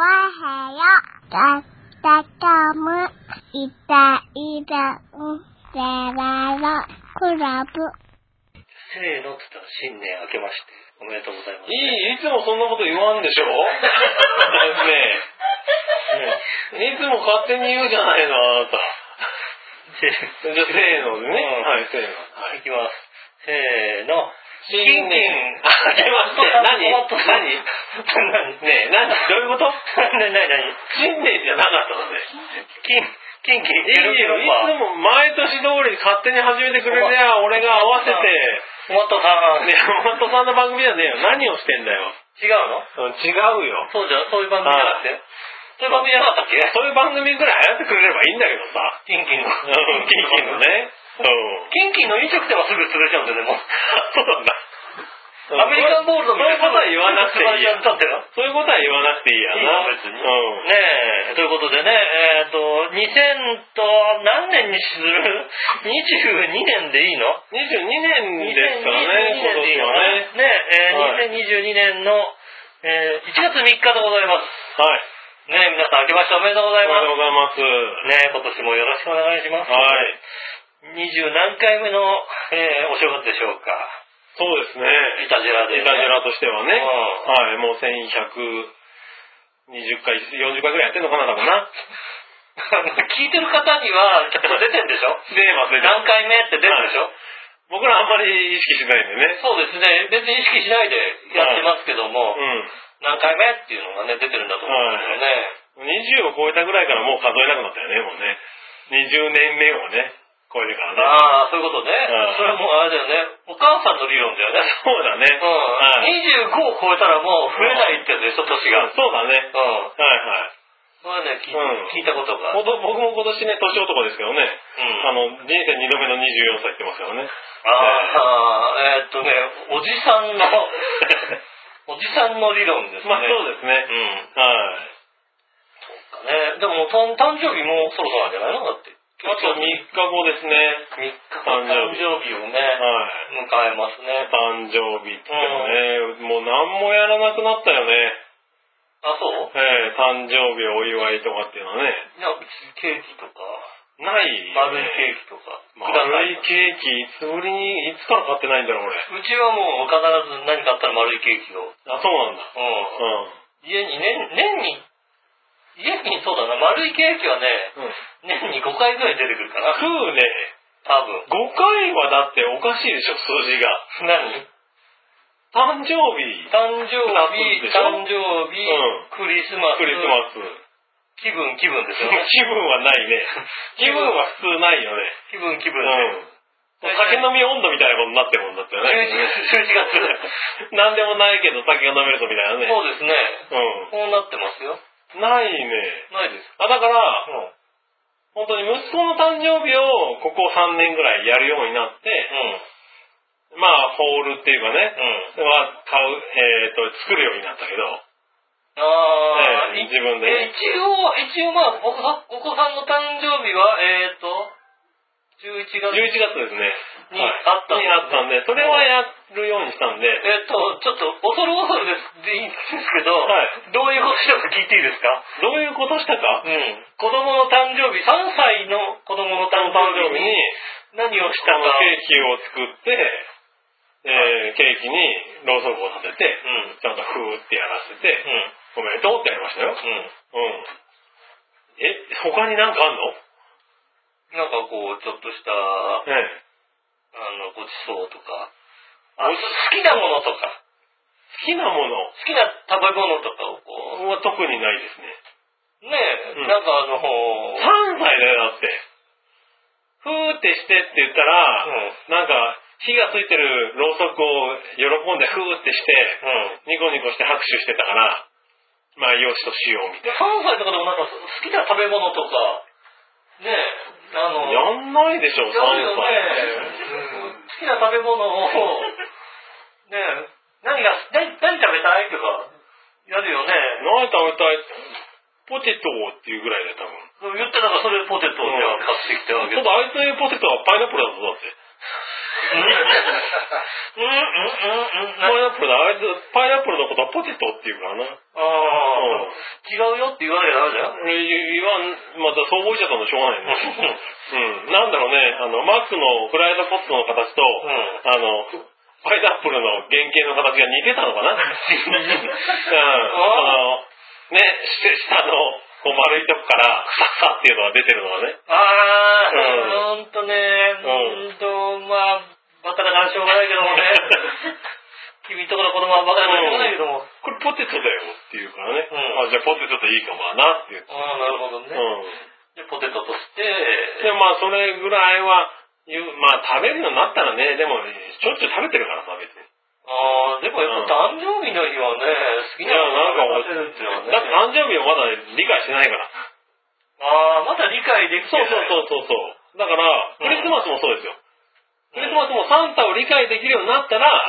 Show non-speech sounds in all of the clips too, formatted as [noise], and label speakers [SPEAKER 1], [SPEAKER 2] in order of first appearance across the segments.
[SPEAKER 1] わへよ。だったたむ。いたいたうん。せらら。クラブ。
[SPEAKER 2] [laughs] せーのっつったら新年明けましておめでとうございます、
[SPEAKER 3] いい、いつもそんなこと言わんでしょ [laughs] ねえねえいつも勝手に言うじゃないの、あな
[SPEAKER 2] [laughs]
[SPEAKER 3] た。
[SPEAKER 2] せー
[SPEAKER 3] じゃあ、せーのでね。
[SPEAKER 2] うん
[SPEAKER 3] はい、せーの。
[SPEAKER 2] いきますせーの
[SPEAKER 3] 新年
[SPEAKER 2] 新年
[SPEAKER 3] あけまして何
[SPEAKER 2] 何
[SPEAKER 3] 何
[SPEAKER 2] 何
[SPEAKER 3] ねえ、何どういうこと
[SPEAKER 2] 何何何
[SPEAKER 3] 新年じゃなかったのね。
[SPEAKER 2] キンキンキン
[SPEAKER 3] いいよ、いつも毎年通り勝手に始めてくれりゃ、俺が合わせて、
[SPEAKER 2] もっとさん、
[SPEAKER 3] ね、山本さんの番組じゃねえよ。何をしてんだよ。
[SPEAKER 2] 違うの
[SPEAKER 3] 違うよ。
[SPEAKER 2] そうじゃそういう番組じゃなくてそういう番組じゃなかったっけ
[SPEAKER 3] そういう番組くらい流行ってくれればいいんだけどさ。
[SPEAKER 2] キンキンの
[SPEAKER 3] うん、キンキンのね。うん。
[SPEAKER 2] キンキンの飲食店はすぐ潰れちゃうんだよでも
[SPEAKER 3] そうなんだ。
[SPEAKER 2] アメリカンボールの
[SPEAKER 3] そういうことは言わなくていいや。
[SPEAKER 2] だってよ
[SPEAKER 3] そういうことは言わなくていいや
[SPEAKER 2] いい
[SPEAKER 3] な
[SPEAKER 2] の。別に
[SPEAKER 3] うん。
[SPEAKER 2] ねえ、ということでね、えっ、と、2000と何年に
[SPEAKER 3] [laughs]
[SPEAKER 2] する ?22 年でいいの
[SPEAKER 3] 22年ですからね、
[SPEAKER 2] 2022年でいいの
[SPEAKER 3] 今
[SPEAKER 2] か
[SPEAKER 3] 年
[SPEAKER 2] な
[SPEAKER 3] はね。
[SPEAKER 2] ねえー
[SPEAKER 3] はい
[SPEAKER 2] 2022年の、えー1月3日でございます。
[SPEAKER 3] はい。
[SPEAKER 2] ねえ、皆さん明けましておめでとうご
[SPEAKER 3] お
[SPEAKER 2] ざい
[SPEAKER 3] はよ
[SPEAKER 2] ま
[SPEAKER 3] うございます。
[SPEAKER 2] す。ねえ、今年もよろしくお願いします。
[SPEAKER 3] はい。
[SPEAKER 2] 二十何回目の、えーお正月でしょうか。
[SPEAKER 3] そうですね。
[SPEAKER 2] いたじらで、
[SPEAKER 3] イタジェラとしてはね。
[SPEAKER 2] うん
[SPEAKER 3] はい、もう1120回、40回くらいやってんのかな、多分 [laughs] な。
[SPEAKER 2] 聞いてる方には、ちょっと出てんでしょ
[SPEAKER 3] 出ます [laughs] 出てます
[SPEAKER 2] 何回目って出るでしょ、
[SPEAKER 3] 僕らあんまり意識しないんでね。
[SPEAKER 2] そうですね。別に意識しないでやってますけども、
[SPEAKER 3] うん。
[SPEAKER 2] 何回目っていうのがね、出てるんだと思うんですよね。
[SPEAKER 3] 20を超えたぐらいからもう数えなくなったよね、もうね。20年目をね、超えてからね。
[SPEAKER 2] ああ、そういうことね。
[SPEAKER 3] うん
[SPEAKER 2] それはもうあれだよね。お母さんの理論だよね。
[SPEAKER 3] そうだね。はい。
[SPEAKER 2] うん。25を超えたらもう増えないって言うんでしょ、年が。
[SPEAKER 3] そうだね。
[SPEAKER 2] うん。
[SPEAKER 3] はいはい。
[SPEAKER 2] それはね、聞,、
[SPEAKER 3] うん
[SPEAKER 2] 聞いたことが。
[SPEAKER 3] ほど僕も今年ね、年男ですけどね、
[SPEAKER 2] ん
[SPEAKER 3] あの、人生2度目の24歳ってますからね。
[SPEAKER 2] ああ、えーっとね、おじさんの、おじさんの理論ですね。
[SPEAKER 3] [laughs] まあそうですね。
[SPEAKER 2] うん。
[SPEAKER 3] はい。
[SPEAKER 2] ね、でも、誕誕生日もうそろそろなんじゃないのだって。
[SPEAKER 3] あと3日後ですね。
[SPEAKER 2] 3日間
[SPEAKER 3] 誕
[SPEAKER 2] 誕
[SPEAKER 3] 生日
[SPEAKER 2] 生日をね、
[SPEAKER 3] はい。
[SPEAKER 2] 迎えますね。
[SPEAKER 3] 誕生日ってね、もう何もやらなくなったよね。
[SPEAKER 2] あ、そう
[SPEAKER 3] ええ誕生日お祝いとかっていうのはね、
[SPEAKER 2] いや、うちケーキとか、
[SPEAKER 3] ないよね、
[SPEAKER 2] 丸いケーキとか、くださ
[SPEAKER 3] 丸い
[SPEAKER 2] い。
[SPEAKER 3] ケーキ、いつぶりに、いつから買ってないんだろう、俺。
[SPEAKER 2] うちはもう必ず何かあったら丸いケーキを。
[SPEAKER 3] あ、そうなんだ。
[SPEAKER 2] うん。
[SPEAKER 3] う
[SPEAKER 2] 家に、年、年に、家にそうだな、丸いケーキはね、
[SPEAKER 3] ん。うん、
[SPEAKER 2] 年に5回ぐらい出てくる
[SPEAKER 3] [laughs]
[SPEAKER 2] かな。
[SPEAKER 3] 食うね。
[SPEAKER 2] 多分。
[SPEAKER 3] 5回はだっておかしいでしょ、数字が。
[SPEAKER 2] 何
[SPEAKER 3] 誕生日、
[SPEAKER 2] 誕生日、
[SPEAKER 3] でしょ
[SPEAKER 2] 誕生日、
[SPEAKER 3] うん
[SPEAKER 2] クリスマス、
[SPEAKER 3] クリスマス。
[SPEAKER 2] 気分、気分で
[SPEAKER 3] [laughs]
[SPEAKER 2] すよね。
[SPEAKER 3] 気分はないね。 [laughs] 気分は普通ないよね。
[SPEAKER 2] 気分、気分
[SPEAKER 3] う
[SPEAKER 2] で。
[SPEAKER 3] ん。酒飲み温度みたいなことになってるもんだ [laughs] ったよね。
[SPEAKER 2] 11月、11月。
[SPEAKER 3] [laughs] 何でもないけど酒が飲めるとみたいなね。
[SPEAKER 2] そうですね。
[SPEAKER 3] う
[SPEAKER 2] こうなってますよ。
[SPEAKER 3] ん。ないね。
[SPEAKER 2] ないです
[SPEAKER 3] あ、だから、
[SPEAKER 2] うん。
[SPEAKER 3] 本当に息子の誕生日をここ3年ぐらいやるようになって、
[SPEAKER 2] うん。
[SPEAKER 3] まあ、ホールっていうかね、
[SPEAKER 2] うん。
[SPEAKER 3] は買う、えっ、と、作るようになったけど、
[SPEAKER 2] ああ、
[SPEAKER 3] ええ
[SPEAKER 2] い
[SPEAKER 3] 自分でね
[SPEAKER 2] え一応、一応まあ、お子さんお子さんの誕生日は、えっ、ー、と、11月。
[SPEAKER 3] 11月ですね。
[SPEAKER 2] にあったんだ
[SPEAKER 3] にあったんで、それはやるようにしたんで、
[SPEAKER 2] えっ、と、ちょっと、恐る恐るですでいいんですけど、
[SPEAKER 3] はい
[SPEAKER 2] どういうことしたか聞いていいですか
[SPEAKER 3] どういうことしたか
[SPEAKER 2] うん。子供の誕生日、3歳の子供の誕
[SPEAKER 3] 誕
[SPEAKER 2] 生
[SPEAKER 3] 生
[SPEAKER 2] 日
[SPEAKER 3] 日
[SPEAKER 2] に
[SPEAKER 3] に、
[SPEAKER 2] 何をし
[SPEAKER 3] 下
[SPEAKER 2] たか
[SPEAKER 3] の。ケーキを作って、えーケーキにろうそくを立てて、
[SPEAKER 2] うん。
[SPEAKER 3] ちゃんとふーってやらせて、
[SPEAKER 2] うん。
[SPEAKER 3] おめでとうってやりましたよ。
[SPEAKER 2] うん。
[SPEAKER 3] うん。え、他になんかあんの
[SPEAKER 2] なんかこう、ちょっとした、
[SPEAKER 3] ええ。
[SPEAKER 2] あの、ごちそうとか、あ好きなものとか、
[SPEAKER 3] 好きなもの
[SPEAKER 2] 好きな食べ物とかをこ
[SPEAKER 3] は特にないですね。
[SPEAKER 2] う、ねえ、
[SPEAKER 3] うん
[SPEAKER 2] なんかあの、
[SPEAKER 3] 3歳だよ、だって。ふーってしてって言ったら、
[SPEAKER 2] う
[SPEAKER 3] なんか、火がついてるろうそくを喜んでふーってして、
[SPEAKER 2] ん。うん。
[SPEAKER 3] ニコニコして拍手してたから、まあ、よしとしようみたい
[SPEAKER 2] で3歳とかでもなんか好きな食べ物とか、ねえ、あの、
[SPEAKER 3] な。やんないでしょ、3
[SPEAKER 2] やるよ
[SPEAKER 3] 歳。
[SPEAKER 2] ね、好きな食べ物を、ねえ、何が、何何食べたいとか、やるよね。
[SPEAKER 3] 何食べたいポテトっていうぐらいだよ、多分。
[SPEAKER 2] でも [laughs] 言ってなんかそれポテトをじゃあ買ってきてあげ
[SPEAKER 3] た
[SPEAKER 2] る。
[SPEAKER 3] だ、あいつのポテトはパイナップルだぞ、だって。
[SPEAKER 2] うん、うん、うん、
[SPEAKER 3] パイ
[SPEAKER 2] うん。
[SPEAKER 3] ナップルだ、あいつ、パイナップルのことはポテトっていうからな。
[SPEAKER 2] ああ、違うよって言われるじゃん。
[SPEAKER 3] え言わん、またそう覚えちゃったのしょうがないね。うん。なんだろうね、あの、マックのフライドポットの形と、
[SPEAKER 2] ん
[SPEAKER 3] あの、パイナップルの原型の形が似てたのかなうん。あの、ね、して下の、こう丸いとこから、カサッっていうのが出てるのはね。
[SPEAKER 2] あ
[SPEAKER 3] う
[SPEAKER 2] ー、ほんとね、うーんと、まあ、バカだからしょうがないけども [laughs] ね。君んとこの子供はバカだからしょうがないけども。
[SPEAKER 3] これポテトだよっていうからね。
[SPEAKER 2] うん
[SPEAKER 3] あ、じゃあポテトでいいかもなっていう。
[SPEAKER 2] ああ、なるほどね。
[SPEAKER 3] うん。
[SPEAKER 2] で、ポテトとして、
[SPEAKER 3] でまあそれぐらいは言うまあ食べるようになったらねでもしょっちゅう食べてるからさ別に
[SPEAKER 2] ああ、でもやっぱ誕生日の日はね、好き
[SPEAKER 3] い
[SPEAKER 2] な
[SPEAKER 3] やなんか
[SPEAKER 2] もの
[SPEAKER 3] お
[SPEAKER 2] を食べるっていうのはね。
[SPEAKER 3] だって誕生日をまだ理解してないから
[SPEAKER 2] ああ、まだ理解できて
[SPEAKER 3] そう
[SPEAKER 2] ない。 [laughs] うそうそう。
[SPEAKER 3] そうそうそうそうだからクリスマスもそうですよ、クリスマスもサンタを理解できるようになったら、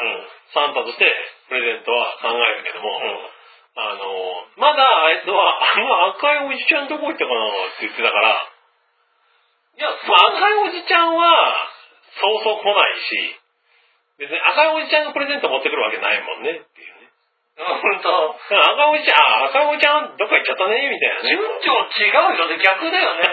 [SPEAKER 3] サンタとしてプレゼントは考えるけども、
[SPEAKER 2] ん
[SPEAKER 3] あのまだあいつは「あの赤いおじちゃんどこ行ったかな?」って言ってたから、
[SPEAKER 2] いや、
[SPEAKER 3] まあ、赤いおじちゃんは、そうそう来ないし、別に赤いおじちゃんがプレゼント持ってくるわけないもんね、っていうね。
[SPEAKER 2] うんと、
[SPEAKER 3] だから赤いおじちゃん、あ、赤いおじちゃんどっか行っちゃったね、みたいなね。
[SPEAKER 2] 順序違うよね、逆
[SPEAKER 3] [laughs]
[SPEAKER 2] だよね。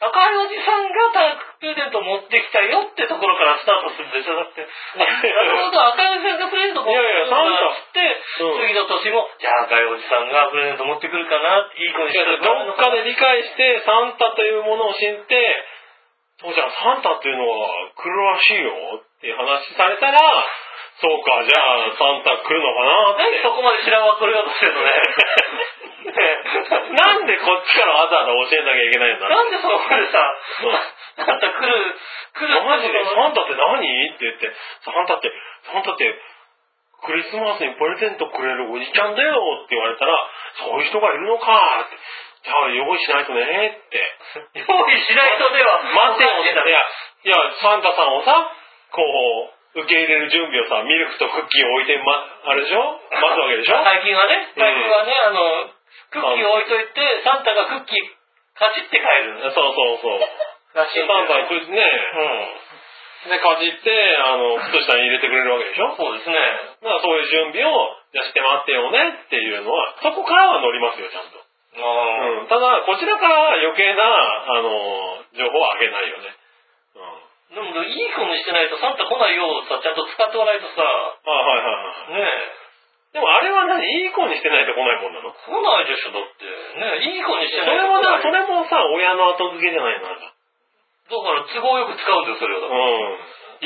[SPEAKER 2] 赤いおじさんがタプレゼント持ってきたよってところからスタートするんでしょ、だって。なるほど、赤いおじさんがプレゼント持ってくるんだって、次の年も、じゃあ赤いおじさんがプレゼント持ってくるかな、いい子にして
[SPEAKER 3] ど
[SPEAKER 2] るから
[SPEAKER 3] っかで理解して、サンタというものを信じて、父ちゃん、サンタっていうのは来るらしいよっていう話されたら、そうか、じゃあサンタ来るのかなって
[SPEAKER 2] 何。
[SPEAKER 3] [laughs]
[SPEAKER 2] そこまで知らんわ、これがどうしてるのね。ね
[SPEAKER 3] なんでこっちからわざわざ教えなきゃいけないんだろう
[SPEAKER 2] なんでそこまでさ、あんた来る、来る
[SPEAKER 3] マジで
[SPEAKER 2] そ
[SPEAKER 3] サンタって何って言って、サンタって、サンタって、クリスマスにプレゼントくれるおじちゃんだよって言われたら、そういう人がいるのかって。じゃあ、用意しないとねって。
[SPEAKER 2] 用意しないとでは、
[SPEAKER 3] 待ってよ、
[SPEAKER 2] お
[SPEAKER 3] い
[SPEAKER 2] かしいな
[SPEAKER 3] や、いや、サンタさんをさ、こう、受け入れる準備をさ、ミルクとクッキーを置いて、ま、あれでしょ待つわけでしょ
[SPEAKER 2] 最近はね、最近はね、あの、クッキーを置いといて、サンタがクッキーかじって帰る
[SPEAKER 3] そうそうそう。
[SPEAKER 2] らし
[SPEAKER 3] サ
[SPEAKER 2] いん
[SPEAKER 3] ン
[SPEAKER 2] だよ
[SPEAKER 3] タ、こうやってね、ね、かじって、あの、靴下に入れてくれるわけでしょ
[SPEAKER 2] うん。そうですね。
[SPEAKER 3] まあそういう準備を、じゃあして待ってよねっていうのは、そこからは乗りますよ、ちゃんと。
[SPEAKER 2] あ
[SPEAKER 3] うん。ただ、こちらからは余計な、あの、情報はあげないよね。うん。
[SPEAKER 2] ーでも、いい子にしてないとサンタ来ないようさ、ちゃんと使っておかないとさ、
[SPEAKER 3] あはいはいはい。
[SPEAKER 2] ねえ、
[SPEAKER 3] でもあれは何いい子にしてないと来ないもんなの
[SPEAKER 2] 来ないでしょ、だって。ねえ、いい子にし
[SPEAKER 3] そ
[SPEAKER 2] てない
[SPEAKER 3] れ
[SPEAKER 2] と
[SPEAKER 3] もな、そ
[SPEAKER 2] 来ない。だ
[SPEAKER 3] れもさ、親の後付けじゃないのなんか。
[SPEAKER 2] から都合よく使うんだよ、それを。
[SPEAKER 3] う
[SPEAKER 2] だから
[SPEAKER 3] ん。
[SPEAKER 2] い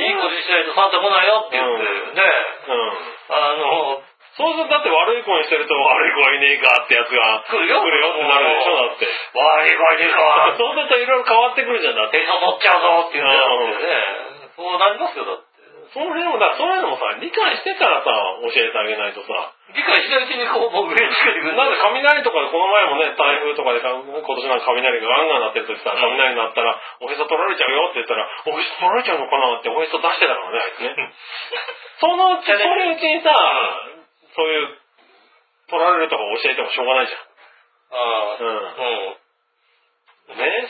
[SPEAKER 2] い子にしないとサンタ来ないよって言って、ねえ、
[SPEAKER 3] うん。
[SPEAKER 2] あの、
[SPEAKER 3] そうすると、だって悪い子にしてると、悪い子はいねえかってやつが、
[SPEAKER 2] 来るよ
[SPEAKER 3] 来るよってなるでしょ、だって。
[SPEAKER 2] 悪い悪いか、
[SPEAKER 3] そうすると、いろいろ変わってくるじゃん、だって。
[SPEAKER 2] 手相取っちゃうぞっていうんだよだってね。そうなりますよ、だって。
[SPEAKER 3] その辺も、だからそういうのもさ、理解してからさ、教えてあげないとさ、
[SPEAKER 2] 理解しないうちにこう、僕につけてくる
[SPEAKER 3] なんで雷とかでこの前もね、台風とかでか今年なんか雷がガンガン鳴ってる時さ、雷鳴ったら、おへそ取られちゃうよって言ったら、おへそ取られちゃうのかなっておへそ出してたからね、あいつね。そのうち、そのうちにさ、そういう、取られるとか教えてもしょうがないじゃん。
[SPEAKER 2] ああ、うん。ね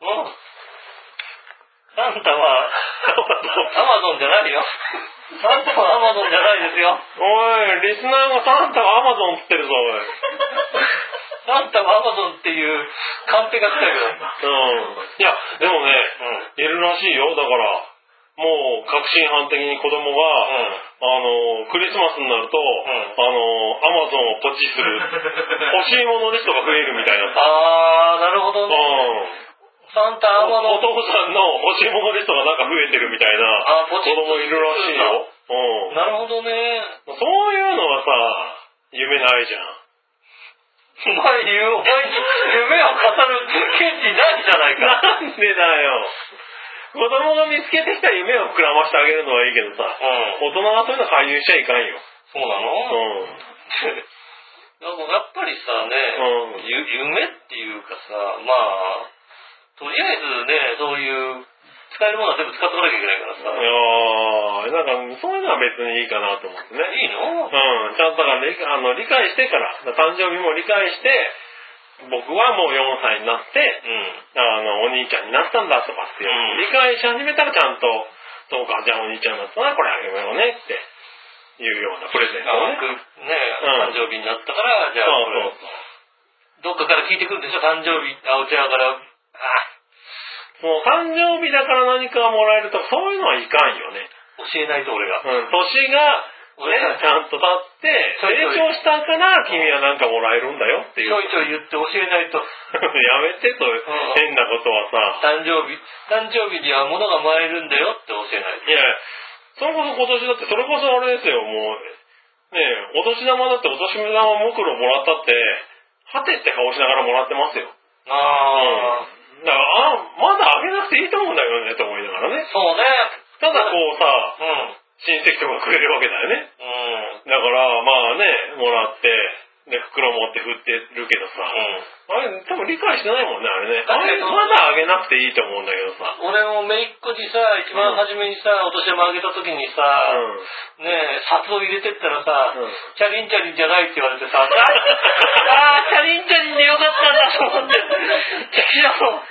[SPEAKER 2] うん。サンタは、アマゾンじゃな
[SPEAKER 3] [laughs]
[SPEAKER 2] いよ。サンタはアマゾンじゃないですよ。
[SPEAKER 3] おい、リスナーがサンタはアマゾンって言ってるぞ、おい。
[SPEAKER 2] [laughs] サンタはアマゾンっていうカンペが来たけど。
[SPEAKER 3] うん。いや、でもね、
[SPEAKER 2] うん。
[SPEAKER 3] いるらしいよ、だから。もう、確信犯的に子供が、あの、クリスマスになると、あの、アマゾンをポチする、
[SPEAKER 2] [laughs]
[SPEAKER 3] 欲しいものリストが増えるみたいな。うん。
[SPEAKER 2] ああ、なるほどね。サンタアマ
[SPEAKER 3] お
[SPEAKER 2] ゾン。
[SPEAKER 3] 父さんの欲しいものリストがなんか増えてるみたいな
[SPEAKER 2] あ
[SPEAKER 3] 子
[SPEAKER 2] ポチッと
[SPEAKER 3] 供いるらしいよ。うん。
[SPEAKER 2] なるほどね。
[SPEAKER 3] そういうのはさ、夢ないじゃん。
[SPEAKER 2] お前、言うお前に夢を語る権利ないじゃないか。
[SPEAKER 3] なんでだよ。子供が見つけてきた夢を膨らましてあげるのはいいけどさ、
[SPEAKER 2] ん
[SPEAKER 3] 大人はそういうの介入しちゃいかんよ。
[SPEAKER 2] そうなのやっぱりさね、
[SPEAKER 3] うん
[SPEAKER 2] ゆ夢っていうかさ、まあ、とりあえずね、そういう、使えるものは全部使っておかなきゃいけないからさ。
[SPEAKER 3] うん。いやーなんかそういうのは別にいいかなと思ってね。
[SPEAKER 2] いいの
[SPEAKER 3] うん、ちゃんとだから理あの理解してから、誕生日も理解して、僕はもう4歳になって、
[SPEAKER 2] うん。
[SPEAKER 3] あの、お兄ちゃんになったんだとかっていう、
[SPEAKER 2] うん
[SPEAKER 3] 理解し始めたらちゃんと、そうか、じゃあお兄ちゃんだったらこれあげようねっていうようなプレゼントを
[SPEAKER 2] あ
[SPEAKER 3] ね。
[SPEAKER 2] 僕ね、
[SPEAKER 3] ん
[SPEAKER 2] 誕生日になったから、じゃあこれ、
[SPEAKER 3] そうそう
[SPEAKER 2] どっかから聞いてくるんでしょ誕生日、あおちゃんから。あ
[SPEAKER 3] もう誕生日だから何かもらえるとかそういうのはいかんよね。
[SPEAKER 2] 教えないと俺が。
[SPEAKER 3] うん、年が、
[SPEAKER 2] 俺
[SPEAKER 3] ね、ちゃんと経って、
[SPEAKER 2] ちょいちょい
[SPEAKER 3] 成長したから君は何かもらえるんだよって
[SPEAKER 2] ち
[SPEAKER 3] いう。
[SPEAKER 2] ょいちょい言って教えない
[SPEAKER 3] [laughs]
[SPEAKER 2] と。
[SPEAKER 3] やめて、そういう
[SPEAKER 2] うん
[SPEAKER 3] 変なことはさ。
[SPEAKER 2] 誕生日、誕生日には物がもらえるんだよって教えない
[SPEAKER 3] いや、それこそ今年だって、それこそあれですよ、もう、ねえ、お年玉だって、お年玉目論もらったって、はてって顔しながらもらってますよ。
[SPEAKER 2] と。ああ、
[SPEAKER 3] だから、あ、まだあげなくていいと思うんだよね、と思いながらね。
[SPEAKER 2] そうね。
[SPEAKER 3] ただこうさ、
[SPEAKER 2] うん。
[SPEAKER 3] 親戚とかくれるわけだよね。
[SPEAKER 2] うん。うん。
[SPEAKER 3] だから、まあね、もらって、で、袋持って振ってるけどさ、あれ、多分理解してないもんね、あれね。
[SPEAKER 2] だ
[SPEAKER 3] あ
[SPEAKER 2] け
[SPEAKER 3] れ、
[SPEAKER 2] ど
[SPEAKER 3] まだあげなくていいと思うんだけどさ。
[SPEAKER 2] 俺もめいっ子にさ、一番初めにさ、お年玉あげた時にさ、
[SPEAKER 3] うん。
[SPEAKER 2] ねえ、札を入れてったらさ、
[SPEAKER 3] うん
[SPEAKER 2] チャリンチャリンじゃないって言われてさ、 [laughs] ああー、チャリンチャリンでよかったんだと思って、チャリだろ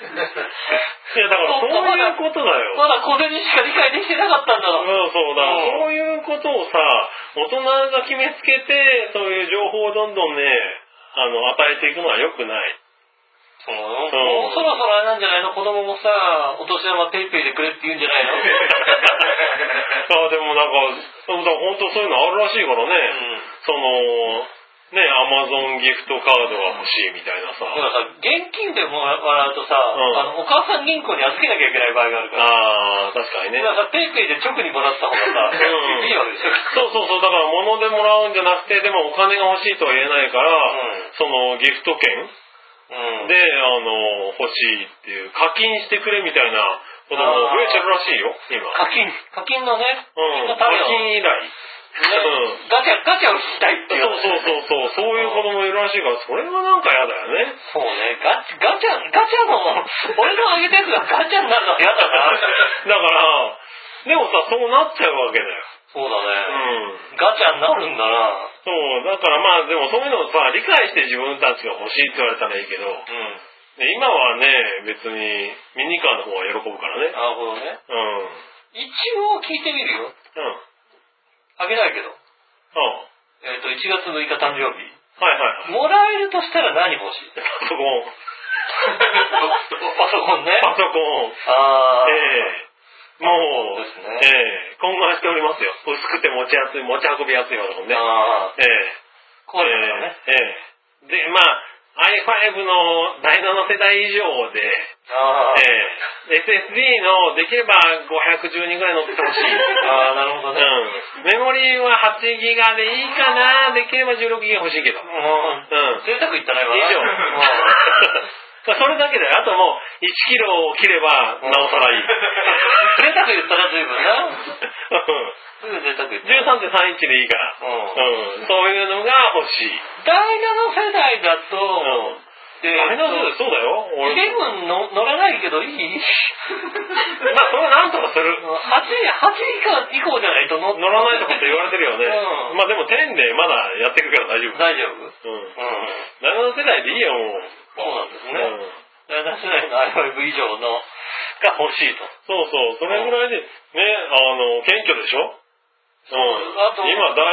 [SPEAKER 3] いや、だからそういうこと
[SPEAKER 2] [laughs]
[SPEAKER 3] だよ。
[SPEAKER 2] まだ小銭しか理解できてなかったんだ
[SPEAKER 3] そう
[SPEAKER 2] ろ。
[SPEAKER 3] そうだ、
[SPEAKER 2] うん
[SPEAKER 3] そういうことをさ、大人が決めつけて、そういう情報をどんどんね、あの、与えていくのは良く
[SPEAKER 2] [laughs]
[SPEAKER 3] ない。 [laughs]
[SPEAKER 2] そうもうそろそろあれなんじゃないの子供もさ、お年玉ペイペイでくれって言うんじゃない [laughs] の
[SPEAKER 3] あでもなんか、そうだ本当そういうのあるらしいからね、
[SPEAKER 2] うん
[SPEAKER 3] その、ね、アマゾンギフトカードが欲しいみたいなさ。
[SPEAKER 2] だからさ、現金でもらうとさ、
[SPEAKER 3] ん
[SPEAKER 2] あのお母さん銀行に預けなきゃいけない場合があるから。
[SPEAKER 3] ああ、確かにね。
[SPEAKER 2] だからさ、ペイペイで直にもらってた方が
[SPEAKER 3] う
[SPEAKER 2] さ、
[SPEAKER 3] ん
[SPEAKER 2] いいわけでしょ。
[SPEAKER 3] そうそうそう、だから物でもらうんじゃなくて、でもお金が欲しいとは言えないから、
[SPEAKER 2] うん
[SPEAKER 3] そのギフト券
[SPEAKER 2] うん
[SPEAKER 3] で、あの、欲しいっていう、課金してくれみたいな子供が増えてるらしいよ、今。
[SPEAKER 2] 課金、課金のね、
[SPEAKER 3] うん、
[SPEAKER 2] の
[SPEAKER 3] 課
[SPEAKER 2] ための
[SPEAKER 3] 金以来。うん
[SPEAKER 2] ねガチャ、ガチャを引きたいっ
[SPEAKER 3] そう
[SPEAKER 2] ていう。
[SPEAKER 3] そう
[SPEAKER 2] う。
[SPEAKER 3] そうそう、そういう子供いるらしいから、それはなんか嫌だよね。
[SPEAKER 2] そうね、ガチャ、ガチャ、ガチャの、俺のあげたやつがガチャになるのは嫌だ
[SPEAKER 3] だ
[SPEAKER 2] な。
[SPEAKER 3] から、でもさ、そうなっちゃうわけだよ。
[SPEAKER 2] そう
[SPEAKER 3] う
[SPEAKER 2] だね。
[SPEAKER 3] ん。
[SPEAKER 2] ガチャになるんだな。
[SPEAKER 3] そう、だからまあ、でもそういうのをさ、理解して自分たちが欲しいって言われたらいいけど、
[SPEAKER 2] うん。
[SPEAKER 3] で今はね、別に、ミニカーの方は喜ぶからね。
[SPEAKER 2] なるほどね。
[SPEAKER 3] うん。うん。
[SPEAKER 2] 一応聞いてみる
[SPEAKER 3] う
[SPEAKER 2] よ。
[SPEAKER 3] ん。
[SPEAKER 2] あげないけど。
[SPEAKER 3] あ
[SPEAKER 2] えっ、と、1月6日
[SPEAKER 3] はいはい
[SPEAKER 2] 誕生日。
[SPEAKER 3] はい。
[SPEAKER 2] もらえるとしたら何
[SPEAKER 3] [laughs]
[SPEAKER 2] 欲しい
[SPEAKER 3] パソコン。
[SPEAKER 2] パソコンね。
[SPEAKER 3] パソコン。
[SPEAKER 2] ああ。
[SPEAKER 3] ええもう、
[SPEAKER 2] そうですね
[SPEAKER 3] ええ懇願しておりますよ。薄くて持ちやすい、持ち運びやすいようなもんね。
[SPEAKER 2] ああ。
[SPEAKER 3] ええ
[SPEAKER 2] こういうのね。
[SPEAKER 3] ええええで、まあ、i5 の第7世代以上で、
[SPEAKER 2] ああ。
[SPEAKER 3] ええ SSD のできれば512ぐらい乗ってほしい。
[SPEAKER 2] ああ、なるほどね。
[SPEAKER 3] うん、メモリーは8ギガでいいかな、できれば16ギガ欲しいけど。うん。以
[SPEAKER 2] うん。贅沢言ったな、今な。
[SPEAKER 3] 上
[SPEAKER 2] うん。
[SPEAKER 3] [laughs] それだけだよ。あともう1キロを切れば、 [laughs] なおさらいい。
[SPEAKER 2] [laughs] 贅沢言ったな、随分
[SPEAKER 3] う
[SPEAKER 2] な。
[SPEAKER 3] ん
[SPEAKER 2] すぐ贅沢言った。
[SPEAKER 3] 13.3インチでいいから。
[SPEAKER 2] うん。
[SPEAKER 3] うん。そういうのが欲しい。
[SPEAKER 2] 第7世代だと、
[SPEAKER 3] うん。
[SPEAKER 2] え
[SPEAKER 3] あれのそうそうだよ。
[SPEAKER 2] イレ
[SPEAKER 3] 俺。
[SPEAKER 2] ブンの乗らないけどい
[SPEAKER 3] [laughs] ま
[SPEAKER 2] い
[SPEAKER 3] あ、それなんとかする。
[SPEAKER 2] 8, 8以下以降じゃないと乗
[SPEAKER 3] 乗らないとかって言われてるよね。
[SPEAKER 2] うん
[SPEAKER 3] まあでも10でまだやっていくから大丈夫。
[SPEAKER 2] 大丈夫うん。
[SPEAKER 3] うん。
[SPEAKER 2] そ
[SPEAKER 3] 7世代でいいよ、もう。
[SPEAKER 2] うなんですね。
[SPEAKER 3] うん
[SPEAKER 2] 第7世代の i5 以上のが欲しいと。
[SPEAKER 3] そうそう、それぐらいで、ね、あの、謙虚でしょうん
[SPEAKER 2] あと、
[SPEAKER 3] 今、第、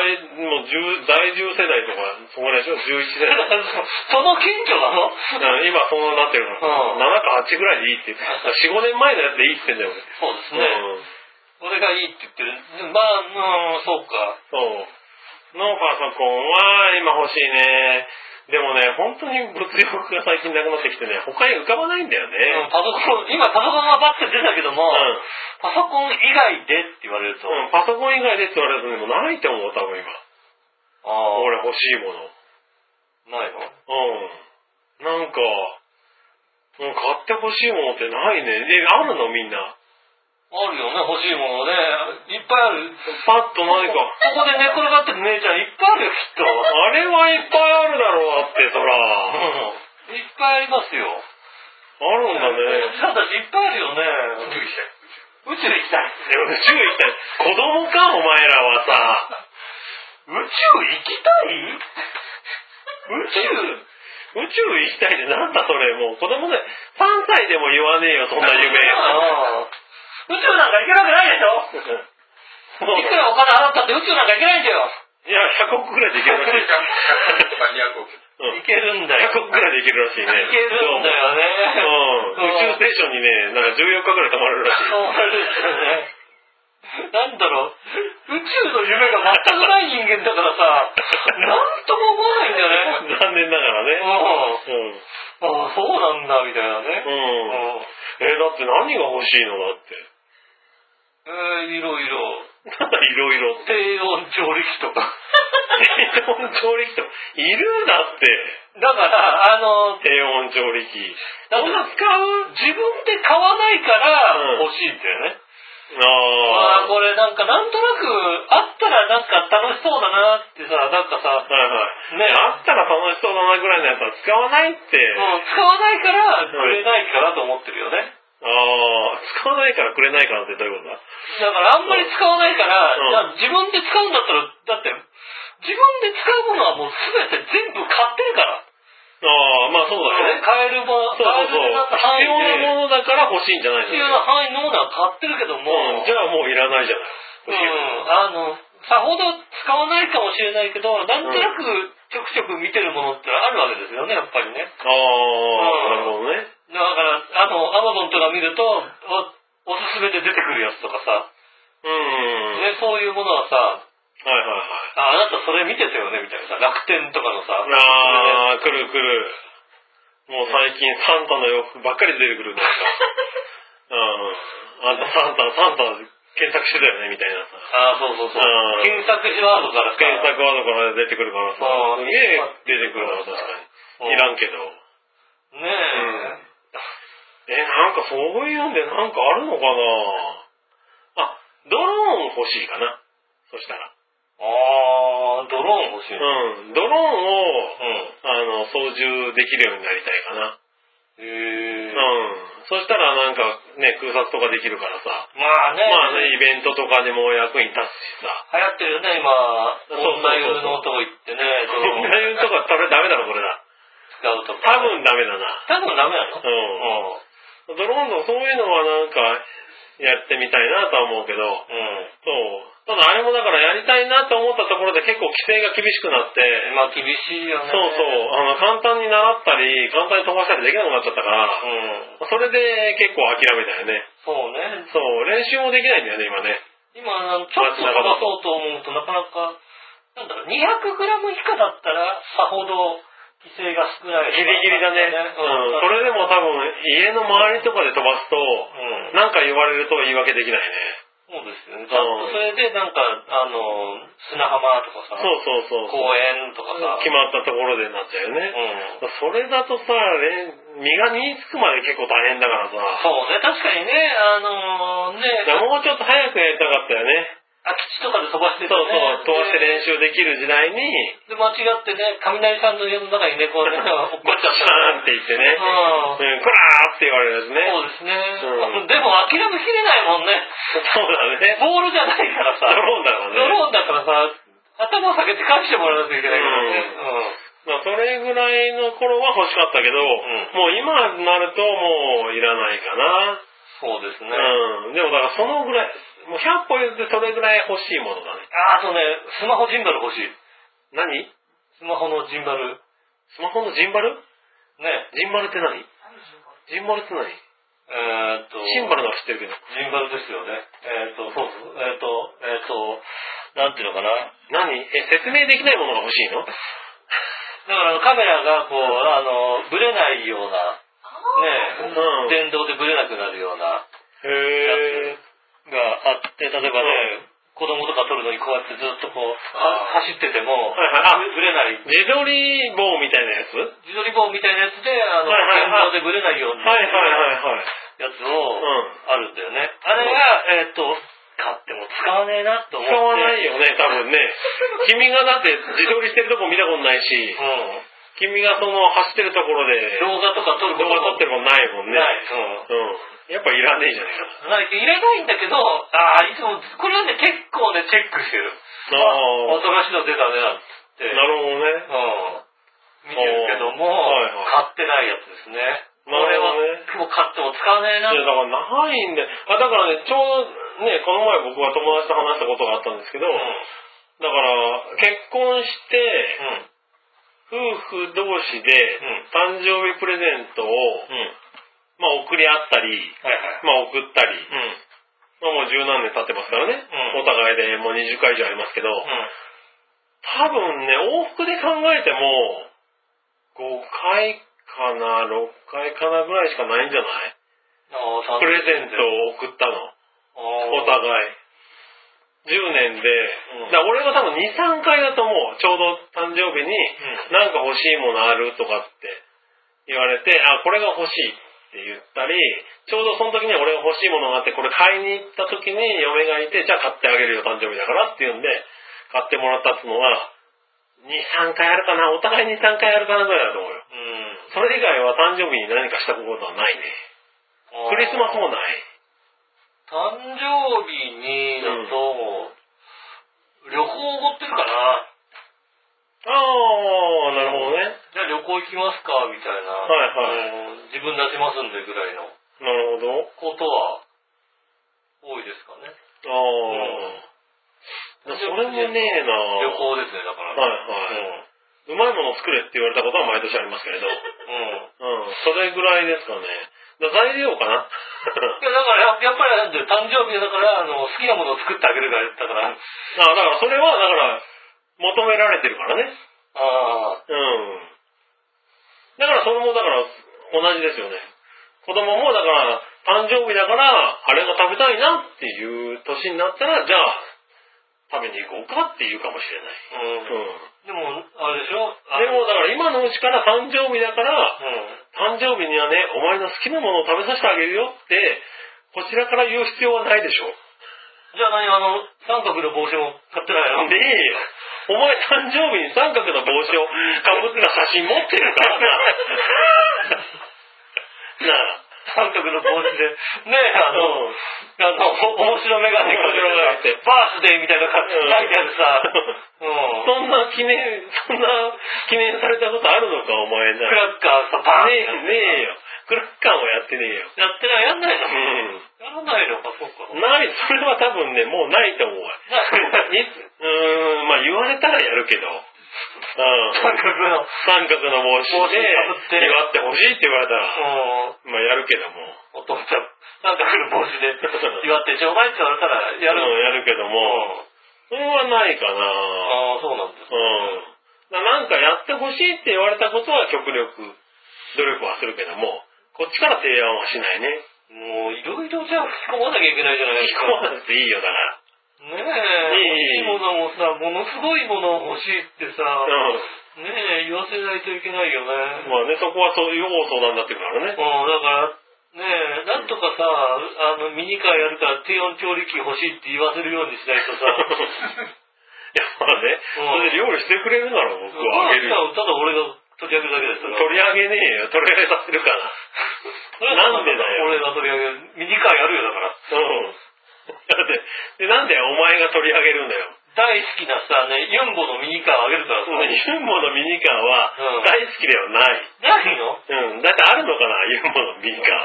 [SPEAKER 3] もう10、第10世代とか、そこらいでしょ ?11 世 [laughs] 代。
[SPEAKER 2] その謙虚なの
[SPEAKER 3] うん今、そんなになってるから、
[SPEAKER 2] うん
[SPEAKER 3] 7か8ぐらいでいいって言って、4、5年前のやつでいいって言ってんだよ、
[SPEAKER 2] そうですね。
[SPEAKER 3] 俺。うん
[SPEAKER 2] 俺がいいって言ってる。まあ、うん、そうか。
[SPEAKER 3] そう。のパソコンは今欲しいね。でもね、本当に物欲が最近なくなってきてね、他に浮かばないんだよ
[SPEAKER 2] うん
[SPEAKER 3] ね。
[SPEAKER 2] パソコン、今パソコンはバッて出たけども、
[SPEAKER 3] うん
[SPEAKER 2] パソコン以外でって言われると、
[SPEAKER 3] うん、パソコン以外でって言われるとでもないと思う、多分今。
[SPEAKER 2] ああ、
[SPEAKER 3] 俺欲しいもの。
[SPEAKER 2] ないの
[SPEAKER 3] うん。なんか、うん、買って欲しいものってないね。え、あるのみんな。
[SPEAKER 2] あるよね、欲しいものね。いっぱいある。
[SPEAKER 3] パッと何か。
[SPEAKER 2] ここで寝転がってる姉ちゃんいっぱいあるよ、きっと。
[SPEAKER 3] あれはいっぱいあるだろう、だって、そら。
[SPEAKER 2] うんいっぱいありますよ。
[SPEAKER 3] あるんだね。
[SPEAKER 2] ただいっぱいあるよね。宇宙行きたい。宇宙行きたい。
[SPEAKER 3] でも宇宙行った子供か、お前らはさ。
[SPEAKER 2] 宇宙行きたい宇宙
[SPEAKER 3] 宇宙行きたいってなんだそれもう子供で3歳でも言わねえよそんな夢
[SPEAKER 2] ああ宇宙なんか行けるわけないでし
[SPEAKER 3] [laughs]
[SPEAKER 2] ょいくらお金払ったって宇宙なんか行けないんだよ。
[SPEAKER 3] いや、100億くらいでいけるらしい。うん
[SPEAKER 2] 行けるんだよ。
[SPEAKER 3] 100億くらいでいけるらしいね。
[SPEAKER 2] 行けるんだよね。
[SPEAKER 3] うん。宇宙ステーションにね、なんか14日くらい泊まれる [laughs] らしい。
[SPEAKER 2] そうですよね。なんだろう、宇宙の夢が全くない人間だからさ、なんとも思わないんだよね。
[SPEAKER 3] 残念ながらね。うん。
[SPEAKER 2] ああ、そうなんだ、みたいなね。
[SPEAKER 3] うん。えだって何が欲しいのだって。
[SPEAKER 2] うんえーいろいろ。
[SPEAKER 3] なんだいろいろって。
[SPEAKER 2] 低温調理器と
[SPEAKER 3] [laughs]
[SPEAKER 2] か。
[SPEAKER 3] 低温調理器とかいるんだって。
[SPEAKER 2] だから、あの、
[SPEAKER 3] 低温調理器。
[SPEAKER 2] なんか使う自分で買わないから
[SPEAKER 3] うん
[SPEAKER 2] 欲しいんだよね。ああ、
[SPEAKER 3] ああ。
[SPEAKER 2] これなんかなんとなくあったらなんか楽しそうだなってさ、なんかさ、
[SPEAKER 3] はいはい。ね
[SPEAKER 2] ね
[SPEAKER 3] あったら楽しそうだなぐらいのやつは使わないって。
[SPEAKER 2] うん使わないからくれないかなと思ってるよね。
[SPEAKER 3] ああ、使わないからくれないからってどういうことだ
[SPEAKER 2] だからあんまり使わないから、
[SPEAKER 3] うん
[SPEAKER 2] じゃあ自分で使うんだったら、だって、自分で使うものはもう全て全部買ってるから。
[SPEAKER 3] ああ、まあそうだね。
[SPEAKER 2] 買えるもの、
[SPEAKER 3] そうそうそう。必要な
[SPEAKER 2] 買えるなんか範囲で、
[SPEAKER 3] ものだから欲しいんじゃないの
[SPEAKER 2] 必要な範囲のものは買ってるけども、
[SPEAKER 3] うんじゃあもういらないじゃ
[SPEAKER 2] うん、
[SPEAKER 3] ない。
[SPEAKER 2] あの、さほど使わないかもしれないけど、なんとなくちょくちょく見てるものってあるわけですよね、やっぱりね。
[SPEAKER 3] ああ、なるほどね。
[SPEAKER 2] だから、あの、アマゾンとか見ると、おおすすめで出てくるやつとかさ、
[SPEAKER 3] うん。はい
[SPEAKER 2] ね、そういうものはさ、
[SPEAKER 3] はいはい。
[SPEAKER 2] ああなたそれ見てたよね、みたいなさ、楽天とかのさ、
[SPEAKER 3] ああ、くるくる。もう最近サンタの洋服ばっかり出てくるんだから。うん。あんたサンタ、サンタ検索してたよね、みたいなさ。
[SPEAKER 2] [laughs] ああ、そうそうそう
[SPEAKER 3] うん。
[SPEAKER 2] 検索ワードからさ
[SPEAKER 3] 検索ワードから出てくるからさ。
[SPEAKER 2] あー
[SPEAKER 3] すげえ出てくるから確かに。いらんけど。
[SPEAKER 2] ねえ。
[SPEAKER 3] え、なんかそういうんでなんかあるのかなあ、ドローン欲しいかな。そしたら。
[SPEAKER 2] ああ、ドローン欲しい。う
[SPEAKER 3] う
[SPEAKER 2] ん。
[SPEAKER 3] ん。ドローンを、あの、操縦できるようになりたいかな。
[SPEAKER 2] へ
[SPEAKER 3] う。
[SPEAKER 2] え
[SPEAKER 3] ん。そしたらなんかね、空撮とかできるからさ。
[SPEAKER 2] まあね、
[SPEAKER 3] まあね、イベントとかでも役に立つし
[SPEAKER 2] [laughs]
[SPEAKER 3] さ。
[SPEAKER 2] 流行ってるよね、
[SPEAKER 3] そ
[SPEAKER 2] 今、
[SPEAKER 3] うそうそう
[SPEAKER 2] 女湯のとこ行ってね、
[SPEAKER 3] そ
[SPEAKER 2] ド
[SPEAKER 3] ん
[SPEAKER 2] ローン
[SPEAKER 3] な言うとか、それダメだろ、これだ。
[SPEAKER 2] 使うとか。
[SPEAKER 3] 多分ダメだな。
[SPEAKER 2] 多分ダメなの
[SPEAKER 3] うん。ドローンのそういうのはなんか、やってみたいなとは思うけど。
[SPEAKER 2] うん。
[SPEAKER 3] そう。ただあれもだからやりたいなと思ったところで結構規制が厳しくなって、
[SPEAKER 2] まあ厳しいよね。
[SPEAKER 3] そうそう、あの、簡単に習ったり、簡単に飛ばしたりできなくなっちゃったから、
[SPEAKER 2] うん。
[SPEAKER 3] それで結構諦めたよね。
[SPEAKER 2] そうね。
[SPEAKER 3] そう、練習もできないんだよね、今ね。
[SPEAKER 2] 今、あのちょっと飛ばそうと思うとなかなか、なんだろう、200グラム以下だったらさほど規制が少ない。
[SPEAKER 3] ギリギリだね。うん。それでも多分、家の周りとかで飛ばすと、
[SPEAKER 2] うん
[SPEAKER 3] なんか言われると言い訳できないね。
[SPEAKER 2] そうですよね。ちゃんとそれでなんか、あの、砂浜とか
[SPEAKER 3] そ
[SPEAKER 2] さ、
[SPEAKER 3] うそうそうそう。
[SPEAKER 2] 公園とかさ、
[SPEAKER 3] 決まったところでなっちゃうよ
[SPEAKER 2] う
[SPEAKER 3] ね。
[SPEAKER 2] ん。
[SPEAKER 3] それだとさ、れん身が身につくまで結構大変だからさ。
[SPEAKER 2] そうね、確かにね、あのね、
[SPEAKER 3] だからもうちょっと早くやりたかったよね。
[SPEAKER 2] 空き地とかで飛ばして
[SPEAKER 3] そう
[SPEAKER 2] て、ね、
[SPEAKER 3] そう、飛ばして練習できる時代に、
[SPEAKER 2] で、間違ってね、雷さんの家の中にね、こ
[SPEAKER 3] [laughs]
[SPEAKER 2] うね、落っこ
[SPEAKER 3] ご
[SPEAKER 2] っ
[SPEAKER 3] ち
[SPEAKER 2] ちゃ
[SPEAKER 3] ゃ
[SPEAKER 2] っ
[SPEAKER 3] した
[SPEAKER 2] ら。
[SPEAKER 3] ゃーんって言ってね、うん、こ
[SPEAKER 2] うん。
[SPEAKER 3] らーって言われるやつね。
[SPEAKER 2] そうですね。
[SPEAKER 3] うん
[SPEAKER 2] でも諦めきれないもんね。 [laughs]
[SPEAKER 3] そうだね。
[SPEAKER 2] ボールじゃないから
[SPEAKER 3] ド
[SPEAKER 2] さ、
[SPEAKER 3] ローンだからね。
[SPEAKER 2] ドローンだからさ、頭下げて返してもらわなきゃいけないからね。
[SPEAKER 3] まあ、それぐらいの頃は欲しかったけど、
[SPEAKER 2] ん
[SPEAKER 3] もう今になるともういらないかな。
[SPEAKER 2] うん。そうですね。
[SPEAKER 3] うん。でもだからそのぐらい、もう100歩譲ってそれぐらい欲しいものだね。
[SPEAKER 2] ああとね、スマホジンバル欲しい。
[SPEAKER 3] 何
[SPEAKER 2] スマホのジンバル。
[SPEAKER 3] スマホのジンバル
[SPEAKER 2] ね。
[SPEAKER 3] ジンバルって何ジンバルって何
[SPEAKER 2] えーっと、
[SPEAKER 3] シンバルのは知ってるけど。
[SPEAKER 2] ジンバルですよね。えーっと、そうそう。えーっと、えーっと、なんていうのかな。
[SPEAKER 3] 何え、説明できないものが欲しいの
[SPEAKER 2] だからカメラがこう、あの、ブレないような、ね、
[SPEAKER 3] うん
[SPEAKER 2] 電動でブレなくなるような、
[SPEAKER 3] へ
[SPEAKER 2] があって、例えばね、子供とか撮るのにこうやってずっとこう、は走ってても、
[SPEAKER 3] はいはいあ
[SPEAKER 2] ブレない。
[SPEAKER 3] 自撮り棒みたいなやつはい
[SPEAKER 2] 自撮り棒みたいなやつで、あの、
[SPEAKER 3] はいはい
[SPEAKER 2] 電
[SPEAKER 3] はい
[SPEAKER 2] 動でブレないように
[SPEAKER 3] はいはいはい。
[SPEAKER 2] やつを、
[SPEAKER 3] うん
[SPEAKER 2] あるんだよね。あれが、えーっと、買っても使わねえなと思って。
[SPEAKER 3] 使わないよ
[SPEAKER 2] [laughs]
[SPEAKER 3] ね、多分ね。君がだって自撮りしてるとこ見たことないし、
[SPEAKER 2] うん。
[SPEAKER 3] 君がその走ってるところで
[SPEAKER 2] 動画とか撮る
[SPEAKER 3] 動画撮ってることないもんね。
[SPEAKER 2] ない。うん
[SPEAKER 3] うん。やっぱいらねえじゃないかな。
[SPEAKER 2] なんかいらないんだけど、ああ、いつも、これはね、結構ね、チェックしてる。
[SPEAKER 3] あー
[SPEAKER 2] あ新しいの出たね、なんつって。
[SPEAKER 3] なるほどね。
[SPEAKER 2] うん。見てるけども、
[SPEAKER 3] はいはい
[SPEAKER 2] 買ってないやつですね。
[SPEAKER 3] なるほどねね。
[SPEAKER 2] もう買っても使わねえない
[SPEAKER 3] や、だ。からないんで、あだからね、ちょうどね、この前僕は友達と話したことがあったんですけど、
[SPEAKER 2] うん
[SPEAKER 3] だから、結婚して、
[SPEAKER 2] うん。
[SPEAKER 3] 夫婦同士で、誕生日プレゼントを、
[SPEAKER 2] うん。
[SPEAKER 3] まあ、送り合ったり、
[SPEAKER 2] はいはい。
[SPEAKER 3] まあ、送ったり、
[SPEAKER 2] うん。うん。
[SPEAKER 3] まあ、もう十何年経ってますからね、
[SPEAKER 2] うん
[SPEAKER 3] お互いでもう20回以上ありますけど、多分ね、往復で考えても、5回かな、6回かなぐらいしかないんじゃない
[SPEAKER 2] あ
[SPEAKER 3] プレゼントを送ったの。お
[SPEAKER 2] お
[SPEAKER 3] 互い。10年で、
[SPEAKER 2] うん
[SPEAKER 3] だから俺が多分2、3回だと思う。ちょうど誕生日に、
[SPEAKER 2] ん
[SPEAKER 3] なんか欲しいものあるとかって言われて、あ、これが欲しいって言ったり、ちょうどその時に俺が欲しいものがあって、これ買いに行った時に嫁がいて、じゃあ買ってあげるよ、誕生日だからって言うんで、買ってもらったってのは、2、3回あるかな、お互い2、3回あるかなぐらいだと思うよ。
[SPEAKER 2] う
[SPEAKER 3] そ
[SPEAKER 2] ん。
[SPEAKER 3] れ以外は誕生日に何かしたことはないね。クリスマスも
[SPEAKER 2] だ。
[SPEAKER 3] ない。
[SPEAKER 2] 誕生日にだと、旅行おごってるかな。
[SPEAKER 3] ああ、なるほどね。
[SPEAKER 2] じゃあ旅行行きますか、みたいな。
[SPEAKER 3] はい
[SPEAKER 2] あの自分出しますんでぐらいの
[SPEAKER 3] なるほど。
[SPEAKER 2] ことは、多いですか
[SPEAKER 3] あ
[SPEAKER 2] ね。
[SPEAKER 3] あ、それもねえな
[SPEAKER 2] 旅行ですね、だから。
[SPEAKER 3] はいはい、うまいもの作れって言われたことは毎年ありますけれ
[SPEAKER 2] [laughs]
[SPEAKER 3] ど。う
[SPEAKER 2] うん。うん。
[SPEAKER 3] ん。それぐらいですかね。だ材料かな [laughs]
[SPEAKER 2] いや、だからや、やっぱりなんで、誕生日だから、あの、好きなものを作ってあげるから、だから、
[SPEAKER 3] あだからそれは、だから、求められてるからね。
[SPEAKER 2] ああ、
[SPEAKER 3] うん。だからそれも、だから、同じですよね。子供も、だから、誕生日だから、あれが食べたいなっていう年になったら、じゃあ、食べに行こうかっていうかもしれない。
[SPEAKER 2] うん。
[SPEAKER 3] うん。
[SPEAKER 2] でも、あれでしょあ
[SPEAKER 3] でもだから今のうちから誕生日だから、
[SPEAKER 2] うん。
[SPEAKER 3] 誕生日にはね、お前の好きなものを食べさせてあげるよって、こちらから言う必要はないでしょ。
[SPEAKER 2] じゃあ何、あの、三角の帽子も買ってないの
[SPEAKER 3] [laughs] で、お前誕生日に三角の帽子をかぶってた写真持ってるからな。なあ。
[SPEAKER 2] 三角の帽子で、ねあの、
[SPEAKER 3] うん
[SPEAKER 2] あの、お面白メガネかけられて、バースデーみたいな感じで書いてあるさ、うん。
[SPEAKER 3] そんな記念、そんな記念されたことあるのか、お前
[SPEAKER 2] ク
[SPEAKER 3] な。
[SPEAKER 2] ラッカーさ、バーン
[SPEAKER 3] ねえ、ねえよ。クラッカーもやってねえよ。
[SPEAKER 2] やってない、やんないの、
[SPEAKER 3] うん
[SPEAKER 2] やらないのか、そうか。
[SPEAKER 3] ない、それは多分ね、もうないと思うわ。
[SPEAKER 2] ない
[SPEAKER 3] いつうーん、まあ言われたらやるけど。うん。
[SPEAKER 2] [laughs] 三角の、
[SPEAKER 3] 三角の帽
[SPEAKER 2] 帽
[SPEAKER 3] 子
[SPEAKER 2] 子
[SPEAKER 3] で
[SPEAKER 2] かぶって
[SPEAKER 3] 祝ってほしいって言われたら、
[SPEAKER 2] うん。
[SPEAKER 3] まあやるけども。
[SPEAKER 2] お父ちゃん、なんか来る帽子 [laughs] で、祝ってちょうだいって言われたらやる。
[SPEAKER 3] うん、やるけども。それはないかなうん。
[SPEAKER 2] ああ、そうなんですね。
[SPEAKER 3] だなんかやってほしいって言われたことは極力、努力はするけども、こっちから提案はしないね。
[SPEAKER 2] もう、いろいろじゃあ吹き込まなきゃいけないじゃないで
[SPEAKER 3] 引
[SPEAKER 2] す
[SPEAKER 3] き
[SPEAKER 2] か。
[SPEAKER 3] 込まなくていいよ、だから。
[SPEAKER 2] ねえ、
[SPEAKER 3] いいいい
[SPEAKER 2] 欲しいものもさ、ものすごいもの欲しいってさ、
[SPEAKER 3] うん。
[SPEAKER 2] ねえ、言わせないといけないよね。
[SPEAKER 3] まあね、そこはそう、要相談になってく [laughs] からね。
[SPEAKER 2] [laughs] うん、だから、ねえ、なんとかさ、あの、ミニカーやるから低温調理器欲しいって言わせるようにしないとさ、
[SPEAKER 3] い
[SPEAKER 2] [laughs]
[SPEAKER 3] や、まあね、それで料理してくれるなら僕
[SPEAKER 2] 僕
[SPEAKER 3] はあ
[SPEAKER 2] は
[SPEAKER 3] げるよ。
[SPEAKER 2] ただ俺が取り上げるだけですから。
[SPEAKER 3] 取り上げねえよ。取り上げさせるから。なんでだよ。
[SPEAKER 2] 俺が取り上げる。ミニカーやるよ、だから。
[SPEAKER 3] うん。だって、でなんでお前が取り上げるんだよ。
[SPEAKER 2] 大好きなさ、ね、ユンボのミニカーをあげるからさ。
[SPEAKER 3] ユンボのミニカーは
[SPEAKER 2] うん
[SPEAKER 3] 大好きではない。
[SPEAKER 2] ないの
[SPEAKER 3] うん。だってあるのかな、ユンボのミニカー。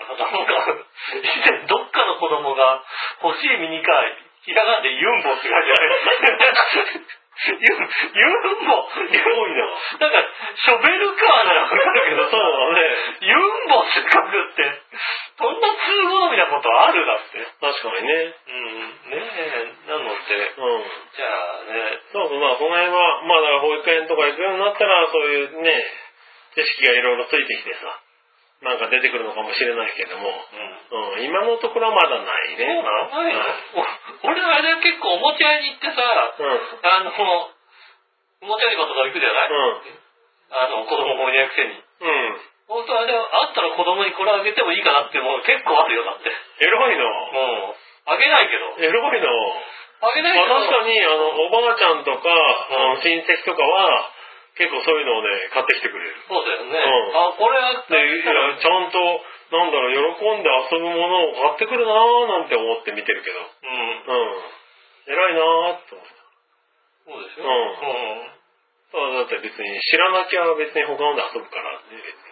[SPEAKER 2] なんか、以前どっかの子供が欲しいミニカー、ひらがんでユンボって書いてある。ユンユンボユ
[SPEAKER 3] すごい
[SPEAKER 2] ン
[SPEAKER 3] な
[SPEAKER 2] ボなんか、ショベルカーならわかるけどさ、
[SPEAKER 3] そうだね
[SPEAKER 2] ユンボって書くって、そんな通好みなことあるだって。
[SPEAKER 3] 確かにね。
[SPEAKER 2] うん、ねえ、なので、
[SPEAKER 3] うん。
[SPEAKER 2] じゃあね、
[SPEAKER 3] そうそう、まあその辺は、まあだから保育園とか行くようになったら、そういうね、知識がいろいろついてきてさ、なんか出てくるのかもしれないけども、
[SPEAKER 2] うん、
[SPEAKER 3] うん、今のところはまだない
[SPEAKER 2] そうな
[SPEAKER 3] ね。
[SPEAKER 2] のお俺あれだよ結構おもちゃ屋に行ってさ、
[SPEAKER 3] うん。
[SPEAKER 2] あの、おもちゃ売り場とか行くじゃない、あの、子供もいないくせに。
[SPEAKER 3] うん。うん。
[SPEAKER 2] 本当あれ、あったら子供にこれあげてもいいかなってもう結構あるよ、だって。
[SPEAKER 3] エロいの。
[SPEAKER 2] うん。あげないけど。
[SPEAKER 3] エロいの。
[SPEAKER 2] あげない
[SPEAKER 3] ま
[SPEAKER 2] け
[SPEAKER 3] あ、
[SPEAKER 2] ど。
[SPEAKER 3] 確かに、あの、おばあちゃんとか、あの親戚とかは、結構そういうのをね、買ってきてくれる。
[SPEAKER 2] そうだよね。
[SPEAKER 3] うん
[SPEAKER 2] あ、これあっ
[SPEAKER 3] で、い
[SPEAKER 2] たら
[SPEAKER 3] やちゃんと、なんだろう、喜んで遊ぶものを買ってくるなーなんて思って見てるけど。
[SPEAKER 2] うん。
[SPEAKER 3] うん。偉いなーって思って。
[SPEAKER 2] そうでしょ。
[SPEAKER 3] うん
[SPEAKER 2] うん。
[SPEAKER 3] ただだって別に知らなきゃ別に他ので遊ぶからね。別に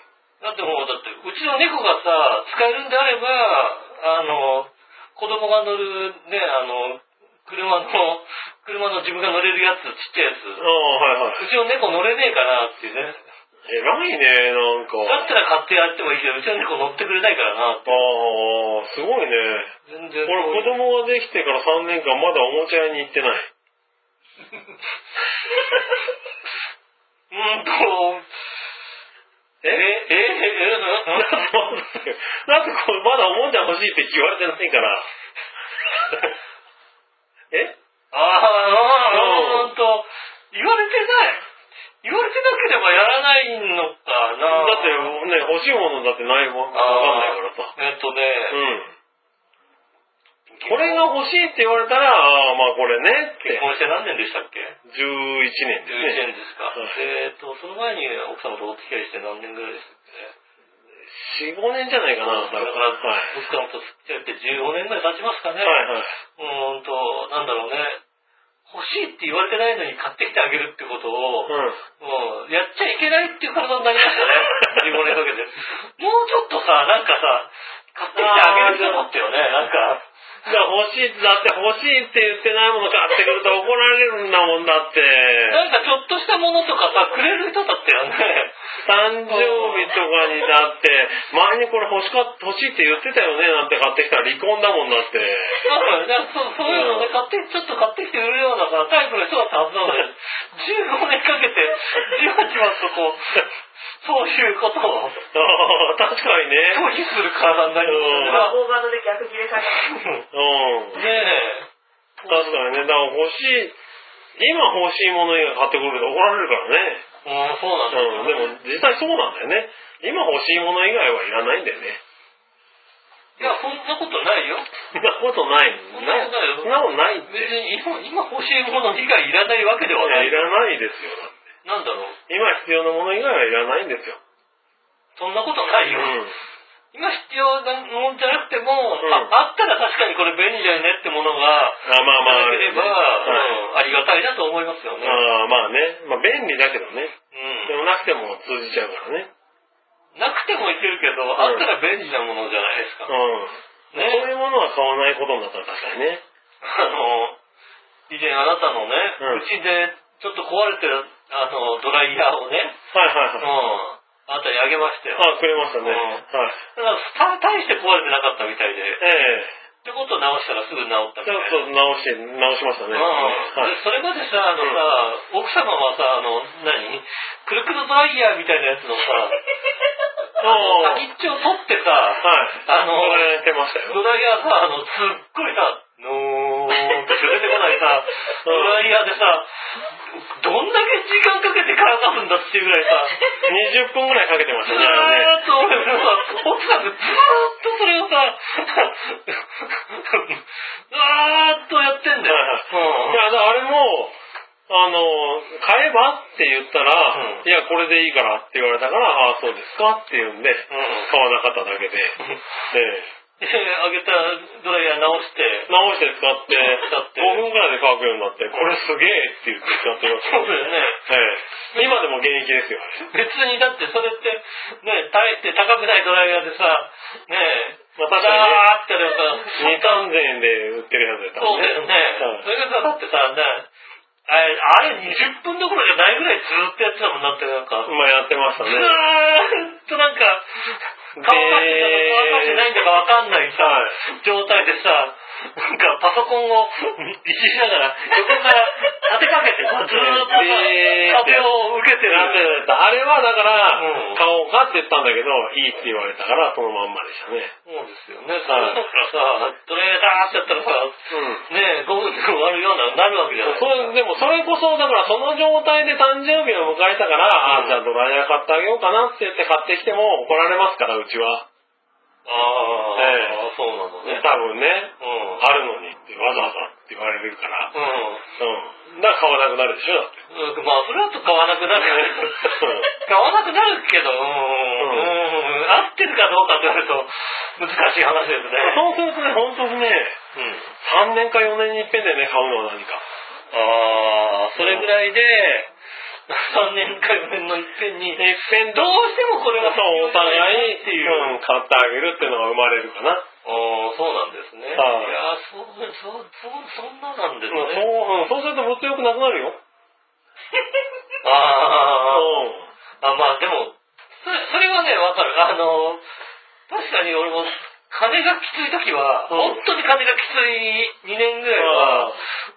[SPEAKER 2] だってもう、だって、うちの猫がさ、使えるんであれば、あの、子供が乗る、ね、あの、車の、車の自分が乗れるやつ、ちっちゃいやつ。
[SPEAKER 3] ああ、はいはい。
[SPEAKER 2] うちの猫乗れねえかなっていうね。
[SPEAKER 3] 偉いね、なんか。
[SPEAKER 2] だったら買ってやってもいいけど、うちの猫乗ってくれないからなって。
[SPEAKER 3] ああ、すごいね。
[SPEAKER 2] 全然。
[SPEAKER 3] 俺、子供ができてから3年間まだおもちゃ屋に行ってない。
[SPEAKER 2] うんと、え、え、え、
[SPEAKER 3] [laughs]
[SPEAKER 2] え、
[SPEAKER 3] だって
[SPEAKER 2] え、
[SPEAKER 3] だってこれまだおもちゃ欲しいって言われてないから。え
[SPEAKER 2] ああ、うんと、言われてない。言われてなければやらないのか
[SPEAKER 3] だ
[SPEAKER 2] な。
[SPEAKER 3] ってね、欲しいものだってないもんわかんないからさ。
[SPEAKER 2] えっとね、
[SPEAKER 3] うん。これが欲しいって言われたら、ああ、まあこれねって
[SPEAKER 2] 結。婚して何年でしたっけ
[SPEAKER 3] 11年
[SPEAKER 2] ?11
[SPEAKER 3] ですね。
[SPEAKER 2] 年ですか。えっと、その前に奥様とお付き合いして何年ぐらいでしたっけ
[SPEAKER 3] 4、5年じゃないかな、
[SPEAKER 2] だから、
[SPEAKER 3] はい。
[SPEAKER 2] 奥様と付き合って15年ぐらい経ちますかね。
[SPEAKER 3] はいはい。
[SPEAKER 2] うーんと、なんだろうね。欲しいって言われてないのに買ってきてあげるってことを、
[SPEAKER 3] うん。
[SPEAKER 2] もう、やっちゃいけないっていう体になりましたね。15年かけて。もうちょっとさ、なんかさ、買ってきてあげると思ったよね。なんか、
[SPEAKER 3] だから欲しい、だって欲しいって言ってないもの買ってくると怒られるんだもんだって。
[SPEAKER 2] なんかちょっとしたものとかさ、くれる人だったよね。
[SPEAKER 3] 誕生日とかにだって、前にこれ欲しかっ欲しいって言ってたよねなんて買ってきたら離婚だもんだって。
[SPEAKER 2] なんかねそうそういうのね、買って、ちょっと買ってきて売るようなさ、タイプの人だったはずなのに、15年かけて、じわじわとこう、そういうことを、
[SPEAKER 3] ああ、確かにね。
[SPEAKER 2] 拒否する体になりまし
[SPEAKER 3] う
[SPEAKER 2] た
[SPEAKER 3] ん
[SPEAKER 2] ねまあ
[SPEAKER 4] 大盤で逆切れされてる。
[SPEAKER 3] うん。
[SPEAKER 2] ねえ。
[SPEAKER 3] 確かにね。だから欲しい、今欲しいもの以外買ってくると怒られるからね。
[SPEAKER 2] うん、そうなんだよ
[SPEAKER 3] うん、でも実際そうなんだよね。今欲しいもの以外はいらないんだよね。
[SPEAKER 2] いや、そんなことないよ。
[SPEAKER 3] そんなことない。
[SPEAKER 2] そんなことないよ
[SPEAKER 3] そんなことないって。
[SPEAKER 2] 別に今今欲しいもの以外いらないわけではない
[SPEAKER 3] いやい
[SPEAKER 2] い。
[SPEAKER 3] らないですよ。
[SPEAKER 2] なんだろう。
[SPEAKER 3] 今必要なもの以外はいらないんですよ。
[SPEAKER 2] そんなことな
[SPEAKER 3] う
[SPEAKER 2] いよ。
[SPEAKER 3] ん。
[SPEAKER 2] 今必要なもんじゃなくて
[SPEAKER 3] ん
[SPEAKER 2] も、あ、あったら確かにこれ便利だよねってものが、
[SPEAKER 3] あまあまあ、
[SPEAKER 2] なけれ
[SPEAKER 3] は
[SPEAKER 2] ば、
[SPEAKER 3] い
[SPEAKER 2] うんありがたいなと思いますよ
[SPEAKER 3] あ
[SPEAKER 2] ね。
[SPEAKER 3] あまあね。まあ便利だけどね。で
[SPEAKER 2] う
[SPEAKER 3] もなくても通じちゃうからね。
[SPEAKER 2] ん。なくてもいけるけど、
[SPEAKER 3] ん
[SPEAKER 2] あったら便利なものじゃないですか。
[SPEAKER 3] うん。
[SPEAKER 2] ね
[SPEAKER 3] そういうものは買わないことになったら確かにね。
[SPEAKER 2] あの、以前あなたのね、
[SPEAKER 3] うん
[SPEAKER 2] うちでちょっと壊れてる、あの、ドライヤーをね、
[SPEAKER 3] はいは
[SPEAKER 2] うん、
[SPEAKER 3] いはい。
[SPEAKER 2] あなたにあげましたよ。
[SPEAKER 3] あ、くれましたね。
[SPEAKER 2] うん
[SPEAKER 3] はい。
[SPEAKER 2] ただた大して壊れてなかったみたいで、
[SPEAKER 3] ええ
[SPEAKER 2] ってことを直したらすぐ直っ
[SPEAKER 3] ち
[SPEAKER 2] たみたい
[SPEAKER 3] ょ
[SPEAKER 2] な。
[SPEAKER 3] っと直して、直しました
[SPEAKER 2] うん
[SPEAKER 3] ね。はい
[SPEAKER 2] で。それまでさ、あのさ、奥様はさ、あの、何くるくるドライヤーみたいなやつのさ、
[SPEAKER 3] ああ
[SPEAKER 2] 先っちょを取ってさ、
[SPEAKER 3] はい。
[SPEAKER 2] あの
[SPEAKER 3] これ出ました
[SPEAKER 2] ド
[SPEAKER 3] よ。
[SPEAKER 2] ライヤーさ、あの、すっごいさ、のーンって出てこないさ、ドライヤーでさ、どんだけ時間かけて乾かすんだっていうぐらいさ、
[SPEAKER 3] 20分ぐらいかけてまし
[SPEAKER 2] ず
[SPEAKER 3] た
[SPEAKER 2] ー
[SPEAKER 3] ね、あれね。
[SPEAKER 2] っと俺もさ、奥さんがずーっとそれをさ、ずーっとやってんだ
[SPEAKER 3] い
[SPEAKER 2] よ。
[SPEAKER 3] や、だからあれも、あの、買えばって言ったら、
[SPEAKER 2] うん
[SPEAKER 3] いや、これでいいからって言われたから、ああ、そうですかって言うんで、買わなかっただけで、え
[SPEAKER 2] で、あげたドライヤー直して
[SPEAKER 3] え、直して使って、
[SPEAKER 2] 使って
[SPEAKER 3] 5分ぐらいで乾くようになって、これすげえって言って使ってました。
[SPEAKER 2] そうだよね
[SPEAKER 3] ええ今でも現役ですよ。
[SPEAKER 2] 別にだってそれって、ね、大して高くないドライヤーでさ、ね
[SPEAKER 3] ま
[SPEAKER 2] え、
[SPEAKER 3] あ
[SPEAKER 2] ダ
[SPEAKER 3] 確かにね
[SPEAKER 2] ーってやればさ、
[SPEAKER 3] 2、3000円で売ってるやつだった
[SPEAKER 2] そ
[SPEAKER 3] も
[SPEAKER 2] う
[SPEAKER 3] ね
[SPEAKER 2] んだよ
[SPEAKER 3] は
[SPEAKER 2] ね。
[SPEAKER 3] い
[SPEAKER 2] それがさ、だってさ、ね、あれ、あれ20分どころじゃないぐらいずーっとやってたもんなって、なんか。
[SPEAKER 3] まあやってましたね。
[SPEAKER 2] ずーっとなんか、乾かしてたか乾かしてないんだかわかんないさ、
[SPEAKER 3] はい
[SPEAKER 2] 状態でさ、なんかパソコンをいじりながら、横から立てかけて、ずーっとさ
[SPEAKER 3] えー
[SPEAKER 2] 風を受けてる。
[SPEAKER 3] なんでだったあれはだから、
[SPEAKER 2] うん
[SPEAKER 3] 買おうかって言ったんだけど、いいって言われたから、そのまんまでしたね。
[SPEAKER 2] そうですよね。そういうのからさ、ドライヤーだーってやったらさ、
[SPEAKER 3] うん。
[SPEAKER 2] ねえ、5分で終わるような、なるわけじゃない
[SPEAKER 3] それでもそれこそだからその状態で誕生日を迎えたから、あじゃあドライヤー買ってあげようかなって言って買ってきても怒られますからうちは
[SPEAKER 2] ああ、
[SPEAKER 3] え
[SPEAKER 2] そうなの
[SPEAKER 3] 多分
[SPEAKER 2] ね。
[SPEAKER 3] ね
[SPEAKER 2] うん。
[SPEAKER 3] あるのにってわざわざって言われるから
[SPEAKER 2] うん。
[SPEAKER 3] うんだから買わなくなるでしょだって
[SPEAKER 2] うんまあ、それだと買わなくなるよね。買わなくなるけど、うーん、うん合ってるかどうかって言われると、難しい話ですね。
[SPEAKER 3] そうするとね本当にね
[SPEAKER 2] うん。
[SPEAKER 3] 3年か4年に一遍でね買うのは何か
[SPEAKER 2] ああ、それぐらいで、う3年間分の一遍に、
[SPEAKER 3] 一
[SPEAKER 2] どう
[SPEAKER 3] 遍どう
[SPEAKER 2] してもこれ
[SPEAKER 3] そう
[SPEAKER 2] が必要
[SPEAKER 3] お
[SPEAKER 2] じゃ
[SPEAKER 3] 互
[SPEAKER 2] な
[SPEAKER 3] い、
[SPEAKER 2] いっていう。
[SPEAKER 3] うん、買ってあげるっていうのが生まれるかな。
[SPEAKER 2] ああ、そうなんですね。いや
[SPEAKER 3] はい
[SPEAKER 2] ーそう、そう、そう、そんななんです
[SPEAKER 3] うんそ
[SPEAKER 2] ね。
[SPEAKER 3] う、うん、そうすると物欲なくなるよ。
[SPEAKER 2] ああ、
[SPEAKER 3] うん。
[SPEAKER 2] あ、まあでも、それそれはね、わかる。あの、確かに俺も、金がきつい時は、
[SPEAKER 3] うん
[SPEAKER 2] 本当に金がきつい2年ぐらいは、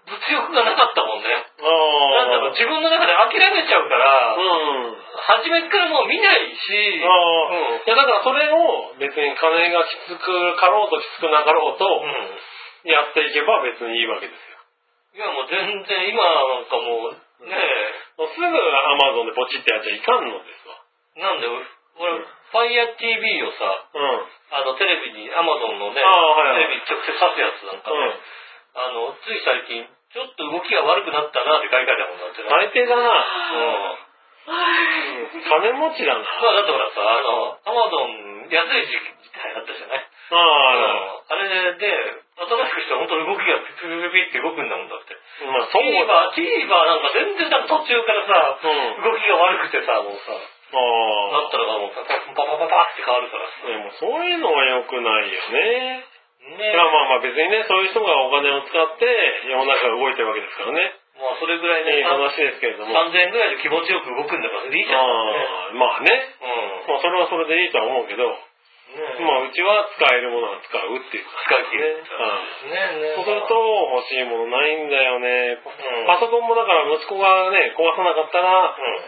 [SPEAKER 2] 物欲がなかったもんね。
[SPEAKER 3] ああ。
[SPEAKER 2] なんだろう、自分の中で諦めちゃうから、
[SPEAKER 3] うん。
[SPEAKER 2] 初めからもう見ないし、
[SPEAKER 3] ああ
[SPEAKER 2] うん
[SPEAKER 3] いや、だからそれを別に金がきつくかろうときつくなかろうと、
[SPEAKER 2] うん
[SPEAKER 3] やっていけば別にいいわけですよ。
[SPEAKER 2] いやもう全然今なんかもうねえ
[SPEAKER 3] もうすぐアマゾンでポチってやっちゃいかんのですわ。
[SPEAKER 2] なんで俺 FireTV をさ
[SPEAKER 3] うん。
[SPEAKER 2] あのテレビに Amazon のね、
[SPEAKER 3] ああはいはい
[SPEAKER 2] テレビに直接挿すやつなんかね、あのつい最近ちょっと動きが悪くなったなって書いてあるもんなんてね、
[SPEAKER 3] 大抵だな。
[SPEAKER 2] うん
[SPEAKER 3] うん金持ちだな。
[SPEAKER 2] まあだってほらさあの Amazon 安い時期代だったじゃない
[SPEAKER 3] ああ、
[SPEAKER 2] あれで新しくして本当に動きがピピピピって動くんだもんだって
[SPEAKER 3] まあそう
[SPEAKER 2] TVer
[SPEAKER 3] だ。
[SPEAKER 2] なんか全然なんか途中からさ、
[SPEAKER 3] うん
[SPEAKER 2] 動きが悪くてさもうさ
[SPEAKER 3] あ
[SPEAKER 2] な
[SPEAKER 3] あ
[SPEAKER 2] ったらもうさ、パパパパパって変わるからさ。
[SPEAKER 3] でもそういうのは良くないよね。
[SPEAKER 2] ね
[SPEAKER 3] まあ
[SPEAKER 2] まあ、
[SPEAKER 3] まあまあ別にね、そういう人がお金を使って世の中が動いてるわけですからね。
[SPEAKER 2] それぐらい
[SPEAKER 3] いい
[SPEAKER 2] ね、さん
[SPEAKER 3] 話ですけれども。あ
[SPEAKER 2] 3000円ぐらいで気持ちよく動くんだから、それでいいじゃん。
[SPEAKER 3] あまあね。
[SPEAKER 2] うん。
[SPEAKER 3] まあそれはそれでいいとは思うけど、
[SPEAKER 2] ね
[SPEAKER 3] まあうちは使えるものは使うっていう。
[SPEAKER 2] 使い切る。ね
[SPEAKER 3] そうす
[SPEAKER 2] ね
[SPEAKER 3] ると欲しいものないんだよね。
[SPEAKER 2] ん
[SPEAKER 3] パソコンもだから息子がね、壊さなかったら
[SPEAKER 2] うん。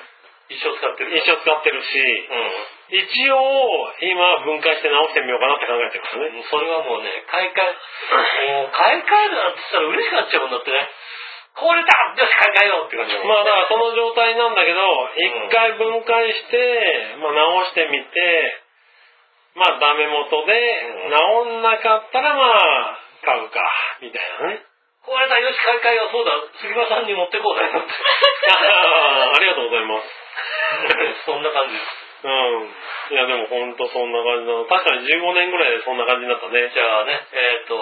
[SPEAKER 2] 一生使ってる。
[SPEAKER 3] 一生使ってるし、一
[SPEAKER 2] う
[SPEAKER 3] 応今分解して直してみようかなって考えてますね。
[SPEAKER 2] ん。それはもうね、買い替
[SPEAKER 3] [laughs]
[SPEAKER 2] え、もう買い替えるなんてしたら嬉しくなっちゃうもんだってね。壊れたよし、買い替えようって感じだもん
[SPEAKER 3] まあだからその状態なんだけど、一回分解して、まあ直してみて、まあダメ元で
[SPEAKER 2] うん、
[SPEAKER 3] 直んなかったらまあ、買うか、みたいな
[SPEAKER 2] [laughs]
[SPEAKER 3] ね。
[SPEAKER 2] 壊れたよし、買い替えよう。そうだ、杉間さんに持ってこうだ
[SPEAKER 3] [laughs]
[SPEAKER 2] よって。 [laughs]
[SPEAKER 3] あーありがとうございます。
[SPEAKER 2] そんな感じです。
[SPEAKER 3] うん。いやでもほんとそんな感じだな。確かに15年ぐらいでそんな感じになったね。
[SPEAKER 2] じゃあね、えっ、と、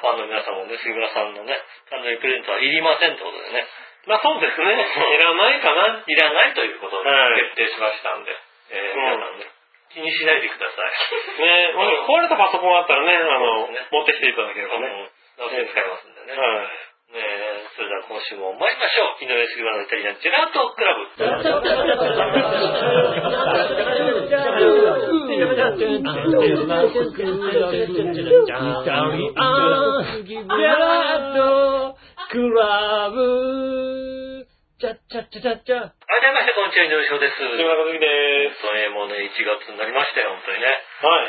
[SPEAKER 2] ファンの皆さんもね、杉村さんのね、誕生日プレゼントはいりませんってことでね、
[SPEAKER 3] まあそうです
[SPEAKER 2] [laughs]
[SPEAKER 3] ね。いらないかな。
[SPEAKER 2] いらないということで
[SPEAKER 3] はい
[SPEAKER 2] 決定しましたんで、え
[SPEAKER 3] う
[SPEAKER 2] ー
[SPEAKER 3] ん
[SPEAKER 2] 皆さんね、気にしないでください。
[SPEAKER 3] ね、まあ壊れたパソコンあったらね、あの、
[SPEAKER 2] そうですね
[SPEAKER 3] 持ってきていただければね。
[SPEAKER 2] どうせ使いますんでね。
[SPEAKER 3] はい。
[SPEAKER 2] ねえそれでは今週も参りましょう。井上杉村のイタリアンジェラートクラブ。
[SPEAKER 5] クラブチャッチャッチャッチャッチャ
[SPEAKER 2] 改めまして、こんにちは、井上翔です。
[SPEAKER 3] 杉村和樹で
[SPEAKER 2] そうね、もうね、1月になりましたよ、本当にね。
[SPEAKER 3] す。はい。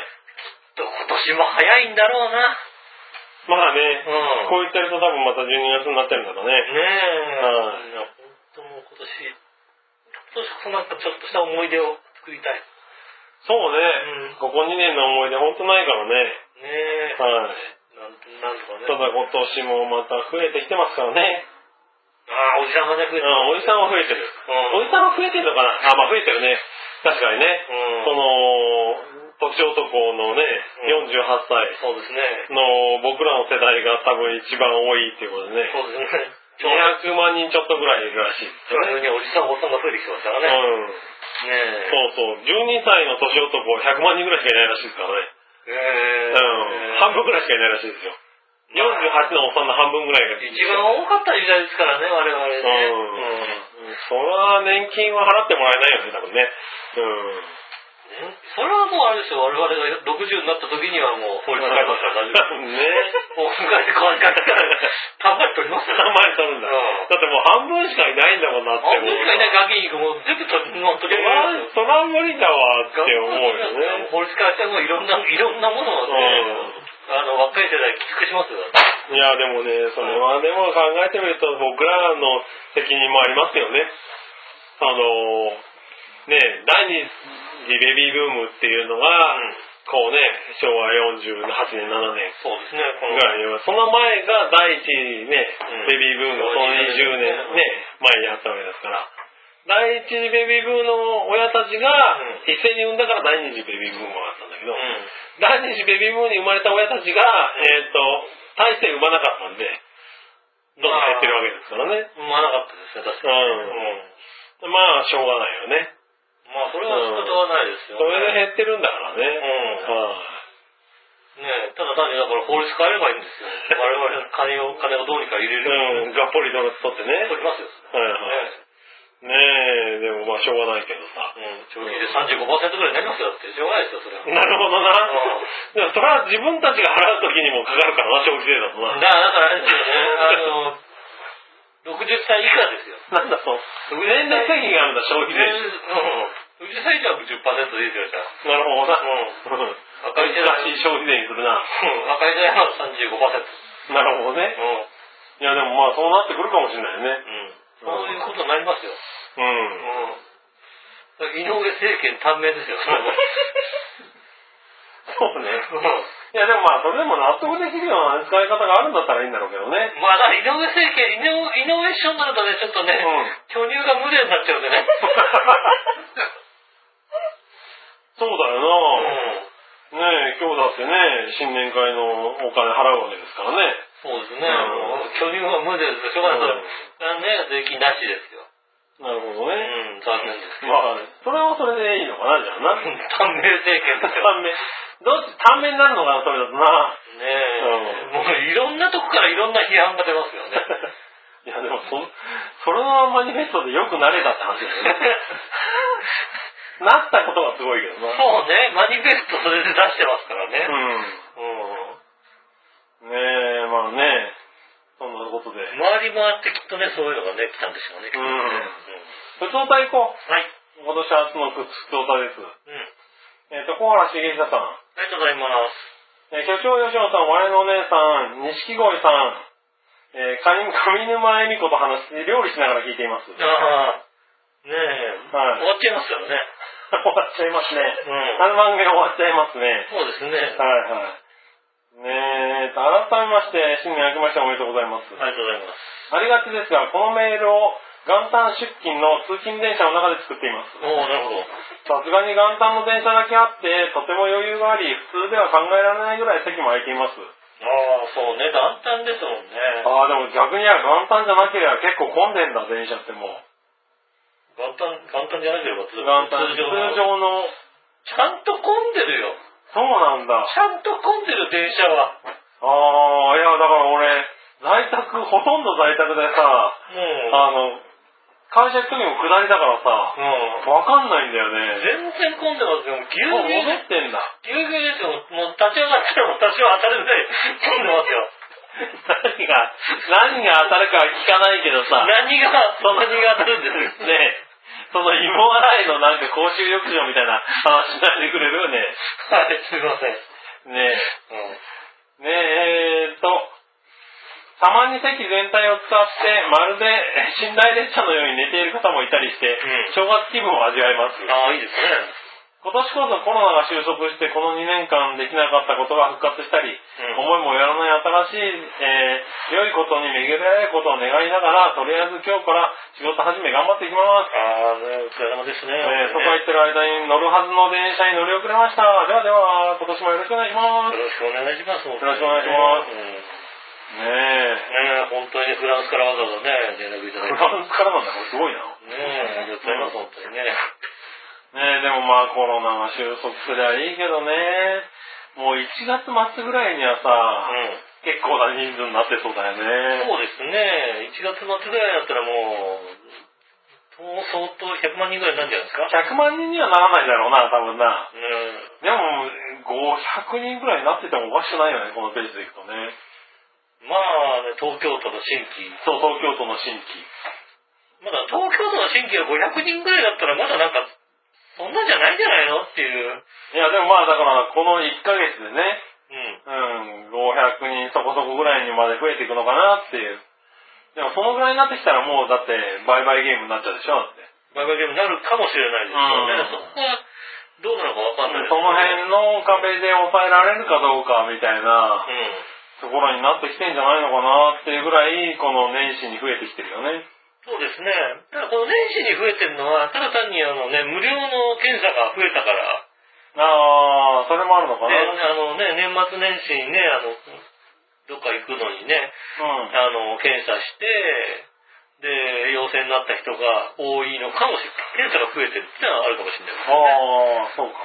[SPEAKER 2] 今年も早いんだろうな。
[SPEAKER 3] まあね、
[SPEAKER 2] うん
[SPEAKER 3] こう言ってると多分また12月になってるんだろう
[SPEAKER 2] ねえ、
[SPEAKER 3] ね。い
[SPEAKER 2] いや本当もう今年、今年こそなんかちょっとした思い出を作りたい。
[SPEAKER 3] そう
[SPEAKER 2] うん
[SPEAKER 3] ね、ここ2年の思い出ほんとないからね。
[SPEAKER 2] ねえ、
[SPEAKER 3] はい。
[SPEAKER 2] なんとなんとかね。
[SPEAKER 3] ただ今年もまた増えてきてますからね。
[SPEAKER 2] ああ、おじさんがね、増
[SPEAKER 3] う
[SPEAKER 2] えて
[SPEAKER 3] ん、おじさんは増えてる。
[SPEAKER 2] うん
[SPEAKER 3] おじさんは増えてるのかなあ、まあ増えてるね。確かにね。
[SPEAKER 2] うん
[SPEAKER 3] その、年男のね、
[SPEAKER 2] うん
[SPEAKER 3] 48歳
[SPEAKER 2] そうですね。
[SPEAKER 3] の僕らの世代が多分一番多いっていうことでね。
[SPEAKER 2] そうですね。ちょうど
[SPEAKER 3] 200万人ちょっとぐらいいるらしい。
[SPEAKER 2] そのようにおじさん、おばさんが増えてきてますから
[SPEAKER 3] う
[SPEAKER 2] ね。
[SPEAKER 3] ん。
[SPEAKER 2] ねえ。
[SPEAKER 3] そうそう。12歳の年男100万人ぐらいしかいないらしいですからね。
[SPEAKER 2] え
[SPEAKER 3] う
[SPEAKER 2] え
[SPEAKER 3] ん。半分ぐらいしかいないらしいですよ。48のおっさんの半分ぐらいが。
[SPEAKER 2] 一番多かった時代ですからね、我々ね。
[SPEAKER 3] うん
[SPEAKER 2] うん
[SPEAKER 3] それは年金は払ってもらえないよね、多分ね。うん。
[SPEAKER 2] ねそれはもうあれですよ、我々が60になった時にはもう法律変えますから大丈 [laughs] 夫です。
[SPEAKER 3] ね
[SPEAKER 2] もう昔変わり方から考えております
[SPEAKER 3] 3
[SPEAKER 2] よ。
[SPEAKER 3] 万円取るんだ。
[SPEAKER 2] うん
[SPEAKER 3] だってもう半分しかいないんだもんなって
[SPEAKER 2] あ、
[SPEAKER 3] 思う。
[SPEAKER 2] 確かにね、ガキにもう全部取り、もう取り上げるんですよ。
[SPEAKER 3] そら、そら無理だわって思うよね。
[SPEAKER 2] 法律改正もいろんな、いろんなものをね、あの、若い世代きつくしますよ。
[SPEAKER 3] いや、でもね、それはでも考えてみると、僕らの責任もありますよね。あの、ね、第二次ベビーブームっていうのが、こうね、昭和48年、7年
[SPEAKER 2] そうですね、こ
[SPEAKER 3] ぐ
[SPEAKER 2] の、
[SPEAKER 3] らいに、その前が第一次ね
[SPEAKER 2] うん、
[SPEAKER 3] ベビーブームをその20年ね、前にあったわけですから。第一次ベビーブームの親たちが
[SPEAKER 2] う
[SPEAKER 3] 一斉に産んだから第二次ベビーブームがあったんだけど、
[SPEAKER 2] うん
[SPEAKER 3] 第二次ベビーブームに生まれた親たちが、えっ、と、大して産まなかったんで、どんどん減ってるわけですからね。
[SPEAKER 2] 産まなかったですね、確かに。
[SPEAKER 3] うん
[SPEAKER 2] うん
[SPEAKER 3] まあ、しょうがないよね。
[SPEAKER 2] まあ、それは仕方がないですよ、
[SPEAKER 3] それで減ってるんだからね。
[SPEAKER 2] うん
[SPEAKER 3] はい
[SPEAKER 2] ねえ、ただ単にだから法律変えればいいんですよ。我々の金を、金をどうにか入れる。
[SPEAKER 3] うん、がっぽり取ってね。
[SPEAKER 2] 取りますよ。
[SPEAKER 3] はい
[SPEAKER 2] ね
[SPEAKER 3] はい。ねえ、でもまあ、しょうがないけどさ。
[SPEAKER 2] えうん、消費で35%ぐらいになりますよだって、しょうがないですよ、それは。
[SPEAKER 3] なるほどな。
[SPEAKER 2] うん
[SPEAKER 3] でもそれは自分たちが払う時にもかかるからな、消費税だと
[SPEAKER 2] だから、
[SPEAKER 3] な。
[SPEAKER 2] だからね、あの、60歳以下ですよ。
[SPEAKER 3] なんだそう。年齢制限があるんだ、消費
[SPEAKER 2] 60
[SPEAKER 3] 税。
[SPEAKER 2] うん。60歳以上は10%ですよ、じゃあ。
[SPEAKER 3] なるほどな。
[SPEAKER 2] 赤い世代
[SPEAKER 3] 難しい消費税にするな。
[SPEAKER 2] うん赤い世代は
[SPEAKER 3] [laughs]
[SPEAKER 2] 35%。
[SPEAKER 3] なるほどね。
[SPEAKER 2] うん。
[SPEAKER 3] いや、でもまあ、そうなってくるかもしれないね。
[SPEAKER 2] そういうことになりますよ。
[SPEAKER 3] う。
[SPEAKER 2] うんん。だから井上政権短命ですよ。 [laughs]
[SPEAKER 3] そうね。
[SPEAKER 2] うん
[SPEAKER 3] いや、でもまあ、それでも納得できるような使い方があるんだったらいいんだろうけどね。
[SPEAKER 2] まあ、だから井上政権、井上井上師匠になるとね、ちょっとね、
[SPEAKER 3] うん
[SPEAKER 2] 巨乳が無礼になっちゃうんでね。
[SPEAKER 3] そうだ
[SPEAKER 2] [laughs] う
[SPEAKER 3] よな。
[SPEAKER 2] ん。
[SPEAKER 3] ねえ、今日だってね、新年会のお金払うわけですからね。
[SPEAKER 2] そうですね。
[SPEAKER 3] うん
[SPEAKER 2] もう巨乳は無礼ですよ。しょうがない。それはね、税金なしですよ。
[SPEAKER 3] なるほど
[SPEAKER 2] う
[SPEAKER 3] ね。
[SPEAKER 2] ん、残念ですけど。
[SPEAKER 3] まあ、それはそれでいいのかな、じゃあな。
[SPEAKER 2] 短命政権です
[SPEAKER 3] [laughs]
[SPEAKER 2] よ。
[SPEAKER 3] 短命。どっち、短命になるのかな、それだとな。
[SPEAKER 2] ねえ、もういろんなとこからいろんな批判が出ますよね。
[SPEAKER 3] [laughs] いや、でもそ、それのマニフェストでよくなれたって話だよね。なったことはすごいけど
[SPEAKER 2] そ
[SPEAKER 3] な。
[SPEAKER 2] うね、マニフェストそれで出してますからね。う
[SPEAKER 3] うん。ねえ、まあね。そんなことで。
[SPEAKER 2] ん。回り回ってきっとね、そういうのがね、来たんでしょうね、きっとね。
[SPEAKER 3] うん
[SPEAKER 2] うん
[SPEAKER 3] 普通歌行こう。
[SPEAKER 2] はい。
[SPEAKER 3] 今年初の普通歌です。
[SPEAKER 2] うん。あ
[SPEAKER 3] えっ、と、小原茂久さん。
[SPEAKER 2] りがとうございます。
[SPEAKER 3] えー、局長吉野さん、我のお姉さん、錦鯉さん、えー、かに上沼恵美子と話して、料理しながら聞いています。終わ [laughs]
[SPEAKER 2] ああ、ねえ、
[SPEAKER 3] はい
[SPEAKER 2] 終わっちゃいますからね。
[SPEAKER 3] っちゃいますね。
[SPEAKER 2] うん。
[SPEAKER 3] 3番組終わっちゃいますね。
[SPEAKER 2] そうですね。
[SPEAKER 3] はいはい。ねえ、えっと、改めまして、新年明けましておめでとうございます。
[SPEAKER 2] ありがとうございます。
[SPEAKER 3] ありがちですが、このメールを元旦出勤の通勤電車の中で作っています。
[SPEAKER 2] おおなるほど。
[SPEAKER 3] さすがに元旦の電車だけあって、とても余裕があり、普通では考えられないぐらい席も空いています。
[SPEAKER 2] ああ、そうね、元旦ですもんね。
[SPEAKER 3] ああ、でも逆には元旦じゃなければ結構混んでんだ、電車ってもう。
[SPEAKER 2] 元旦、元旦じゃなければ通
[SPEAKER 3] 元旦、
[SPEAKER 2] 通
[SPEAKER 3] 通
[SPEAKER 2] 常の
[SPEAKER 3] 常の。
[SPEAKER 2] ちゃんと混んでるよ。
[SPEAKER 3] そうなんだ。
[SPEAKER 2] ちゃんと混んでる電車は。
[SPEAKER 3] ああ、いや、だから俺、在宅、ほとんど在宅でさ、
[SPEAKER 2] もう、
[SPEAKER 3] あの、会社行く時も下りだからさ、
[SPEAKER 2] うん。
[SPEAKER 3] わかんないんだよね。
[SPEAKER 2] 全然混んでますよ。ぎゅ
[SPEAKER 3] もう
[SPEAKER 2] うぎゅう
[SPEAKER 3] 戻
[SPEAKER 2] で
[SPEAKER 3] ってんだ。
[SPEAKER 2] ぎゅうぎゅうですよ。もう立ち上がったらもう多少当たるぐらい混んでますよ。
[SPEAKER 3] 何が、何が当たるかは聞かないけどさ、ね
[SPEAKER 2] 何が、
[SPEAKER 3] そんな
[SPEAKER 2] 何が当たるんですか
[SPEAKER 3] え、その芋洗いのなんか公衆浴場みたいな話しないでくれるよね。
[SPEAKER 2] はい、すいません。
[SPEAKER 3] ねえ。
[SPEAKER 2] うん。
[SPEAKER 3] ねえ、えーっと、たまに席全体を使って、まるでえ寝台列車のように寝ている方もいたりして、
[SPEAKER 2] ん
[SPEAKER 3] 正月気分を味わいます。
[SPEAKER 2] ああ、いいですね。
[SPEAKER 3] 今年こそコロナが収束して、この2年間できなかったことが復活したり、
[SPEAKER 2] うん
[SPEAKER 3] 思いもやらない新しい、えー良いことに巡り合えることを願いながら、とりあえず今日から仕事始め頑張っていきます。
[SPEAKER 2] ああ、ね、お疲れ様ですね。
[SPEAKER 3] えー、
[SPEAKER 2] 本
[SPEAKER 3] とか言っ
[SPEAKER 2] 当にね
[SPEAKER 3] てる間に乗るはずの電車に乗り遅れました。ではでは、今年もよろしくお願いします
[SPEAKER 2] よ。ろしくお願いします。よ
[SPEAKER 3] ろしくお願いします
[SPEAKER 2] ね
[SPEAKER 3] ねえ。
[SPEAKER 2] え、本当にフランスからわざわざね、連絡いただいて。 [laughs]
[SPEAKER 3] フランスからなんだ、これすごいな。
[SPEAKER 2] ねえ、ありがとうございます、本当にね。
[SPEAKER 3] ねえ、でもまあコロナが収束すりゃいいけどね。もう1月末ぐらいには
[SPEAKER 2] う
[SPEAKER 3] さ、
[SPEAKER 2] ん。
[SPEAKER 3] 結構な人数になってそうだよね。
[SPEAKER 2] そうですね、1月末ぐらいだったらもう、もう相当100万人ぐらいになるんじゃないですか。
[SPEAKER 3] 100万人にはならないだろうな、多分な。
[SPEAKER 2] ねえ
[SPEAKER 3] でも、500人ぐらいになっててもおかしくないよね、このペースでいくとね。
[SPEAKER 2] まあね、東京都の新規。
[SPEAKER 3] そう、東京都の新規。
[SPEAKER 2] まだ東京都の新規が500人ぐらいだったら、まだなんか、そんなんじゃないんじゃないのっていう。
[SPEAKER 3] いや、でもまあだから、この1ヶ月でね、
[SPEAKER 2] う
[SPEAKER 3] う
[SPEAKER 2] ん。
[SPEAKER 3] ん、500人そこそこぐらいにまで増えていくのかなっていう。でもそのぐらいになってきたらもうだって、バイバイゲームになっちゃうでしょ、だって。
[SPEAKER 2] バイバイゲームになるかもしれないですよね。
[SPEAKER 3] うん
[SPEAKER 2] そこは、どうなのかわかんないです
[SPEAKER 3] その辺の壁で抑えられるかどうかみたいな
[SPEAKER 2] う
[SPEAKER 3] と
[SPEAKER 2] ん。
[SPEAKER 3] ころになってきてんじゃないのかなっていうぐらい、この年始に増えてきてるよね。
[SPEAKER 2] そうですね。ただこの年始に増えてるのは、ただ単にあのね、無料の検査が増えたから、
[SPEAKER 3] ああ、それもあるのか
[SPEAKER 2] で、
[SPEAKER 3] な。う
[SPEAKER 2] あのね、年末年始にね、あの、どっか行くのにね、
[SPEAKER 3] ん。
[SPEAKER 2] あの、検査して、で、陽性になった人が多いのかもしれない。検査が増えてるってのはあるかもしれないですね。
[SPEAKER 3] ああ、そうか。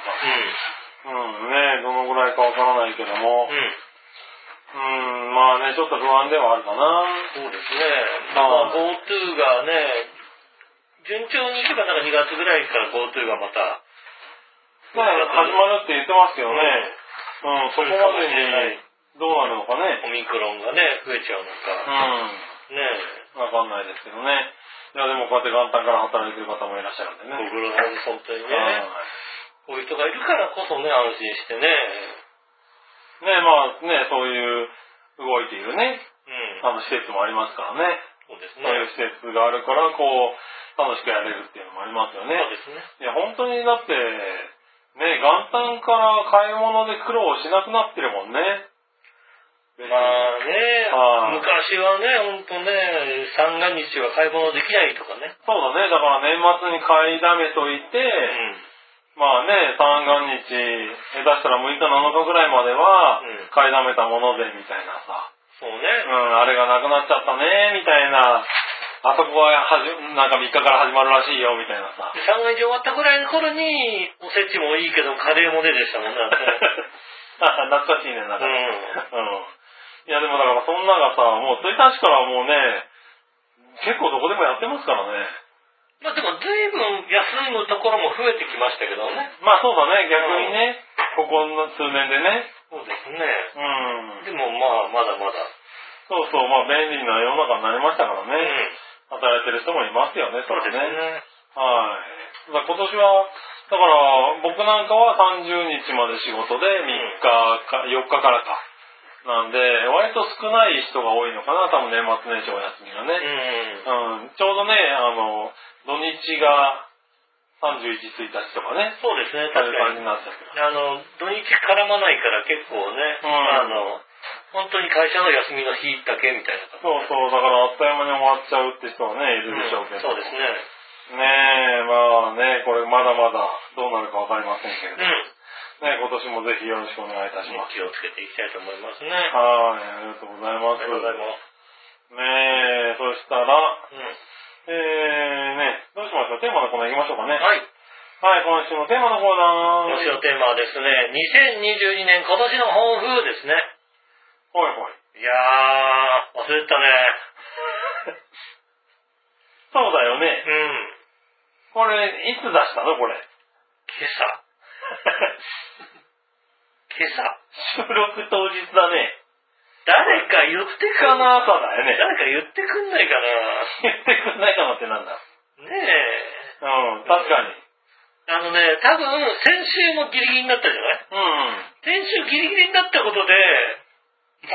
[SPEAKER 3] うん、ねどのぐらいかわからないけども。
[SPEAKER 2] うん。うん。
[SPEAKER 3] うん、まあね、ちょっと不安ではあるかな。
[SPEAKER 2] そうですね。
[SPEAKER 3] あ
[SPEAKER 2] ま
[SPEAKER 3] あ
[SPEAKER 2] あ、GoTo がね、順調にいけばなんか2月ぐらいから GoTo がまた、
[SPEAKER 3] まあ、始まるって言ってますけどね。うん、そこまで
[SPEAKER 2] そうかもしれな
[SPEAKER 3] に
[SPEAKER 2] い、
[SPEAKER 3] どうなるのか
[SPEAKER 2] オ
[SPEAKER 3] ね。
[SPEAKER 2] ミクロンがね、増えちゃうの
[SPEAKER 3] う
[SPEAKER 2] か。
[SPEAKER 3] ん。
[SPEAKER 2] ね
[SPEAKER 3] わかんないですけどね。いや、でもこうやって元旦から働いてる方もいらっしゃるんでね。
[SPEAKER 2] ご苦労さんです、本当にね。
[SPEAKER 3] はい
[SPEAKER 2] こういう人がいるからこそね、安心してね。
[SPEAKER 3] ねまあね、そういう動いているね、
[SPEAKER 2] うん。
[SPEAKER 3] あの施設もありますからね。
[SPEAKER 2] そうです
[SPEAKER 3] そ
[SPEAKER 2] ね。
[SPEAKER 3] ういう施設があるから、こう、楽しくやれるっていうのもありますよね。
[SPEAKER 2] そうですね。
[SPEAKER 3] いや、本当にだって、ね、元旦から買い物で苦労しなくなってるもんね。
[SPEAKER 2] まあね
[SPEAKER 3] ああ、
[SPEAKER 2] 昔はね、ほんとね、三が日は買い物できないとかね。
[SPEAKER 3] そうだね、だから年末に買いだめといて、
[SPEAKER 2] うん。
[SPEAKER 3] まあね、三が日、下手したら6日7日ぐらいまでは
[SPEAKER 2] うん、
[SPEAKER 3] 買いだめたもので、みたいなさ、
[SPEAKER 2] そう
[SPEAKER 3] う
[SPEAKER 2] ね。
[SPEAKER 3] ん、あれがなくなっちゃったね、みたいな、あそこははじ、なんか3日から始まるらしいよ、みたいなさ。
[SPEAKER 2] 三が日終わったぐらいの頃に、おせちもいいけど、カレーもねでしたもんね。 [laughs]
[SPEAKER 3] あ [laughs] 懐かしいね、なんか。
[SPEAKER 2] うん
[SPEAKER 3] うんいや、でもだからそんながさ、もう1日からもうね、結構どこでもやってますからね。
[SPEAKER 2] まあでも、随分休むところも増えてきましたけどね。
[SPEAKER 3] まあそうだね、逆にね、ここの数年でね。
[SPEAKER 2] そうですね。
[SPEAKER 3] うん。
[SPEAKER 2] でもまあ、まだまだ。
[SPEAKER 3] そうそう、まあ便利な世の中になりましたから
[SPEAKER 2] う
[SPEAKER 3] ね。
[SPEAKER 2] ん。
[SPEAKER 3] 働いてる人もいますよね、
[SPEAKER 2] そうです
[SPEAKER 3] れはね。
[SPEAKER 2] ね。
[SPEAKER 3] はい。だから今年は、だから僕なんかは30日まで仕事で3日か、4日からか。なんで、割と少ない人が多いのかな、多分年末年始お休みが
[SPEAKER 2] う
[SPEAKER 3] ね。
[SPEAKER 2] ん。
[SPEAKER 3] うん、ちょうどね、あの、土日が31、1日とかね。
[SPEAKER 2] そうですね、
[SPEAKER 3] そう
[SPEAKER 2] 確
[SPEAKER 3] いう
[SPEAKER 2] か
[SPEAKER 3] 感
[SPEAKER 2] に
[SPEAKER 3] じに。なっちゃってる。
[SPEAKER 2] あの、土日絡まないから結構ね、
[SPEAKER 3] うん
[SPEAKER 2] あの、本当に会社の休みの日だけみたいな感じ。
[SPEAKER 3] そうそう、だからあっという間に終わっちゃうって人はね、いるでしょうけど。
[SPEAKER 2] そうですね。
[SPEAKER 3] ねえ、まあね、これまだまだどうなるかわかりませんけれ
[SPEAKER 2] う
[SPEAKER 3] ど、ね
[SPEAKER 2] ん。
[SPEAKER 3] 今年もぜひよろしくお願いいたします。
[SPEAKER 2] 気をつけていきたいと思いますね。あ
[SPEAKER 3] はい、ありがとうございます。
[SPEAKER 2] りがとうございます。
[SPEAKER 3] ねえ、そしたら、
[SPEAKER 2] うん
[SPEAKER 3] えー、ね、どうしましょう、テーマのコーナー行きましょうかね。
[SPEAKER 2] はい。
[SPEAKER 3] はい、今週のテーマのコーナー。
[SPEAKER 2] 今週のテーマはですね、2022年今年の抱負ですね。
[SPEAKER 3] ほいほい。
[SPEAKER 2] いやー、忘れてたね。
[SPEAKER 3] そうだよね。
[SPEAKER 2] うん。
[SPEAKER 3] これ、いつ出したのこれ。
[SPEAKER 2] 今朝。 [laughs] 今朝。
[SPEAKER 3] 収録当日だね。
[SPEAKER 2] 誰か言って
[SPEAKER 3] 2
[SPEAKER 2] く
[SPEAKER 3] 日
[SPEAKER 2] ん
[SPEAKER 3] の朝だよね。
[SPEAKER 2] 誰か言ってくんないか
[SPEAKER 3] 言ってくんないかなってなんだ。
[SPEAKER 2] な。 [laughs] ねえ。
[SPEAKER 3] うん、確かに。
[SPEAKER 2] あのね、多分、先週もギリギリになったじゃない
[SPEAKER 3] うん。
[SPEAKER 2] 先週ギリギリになったことで、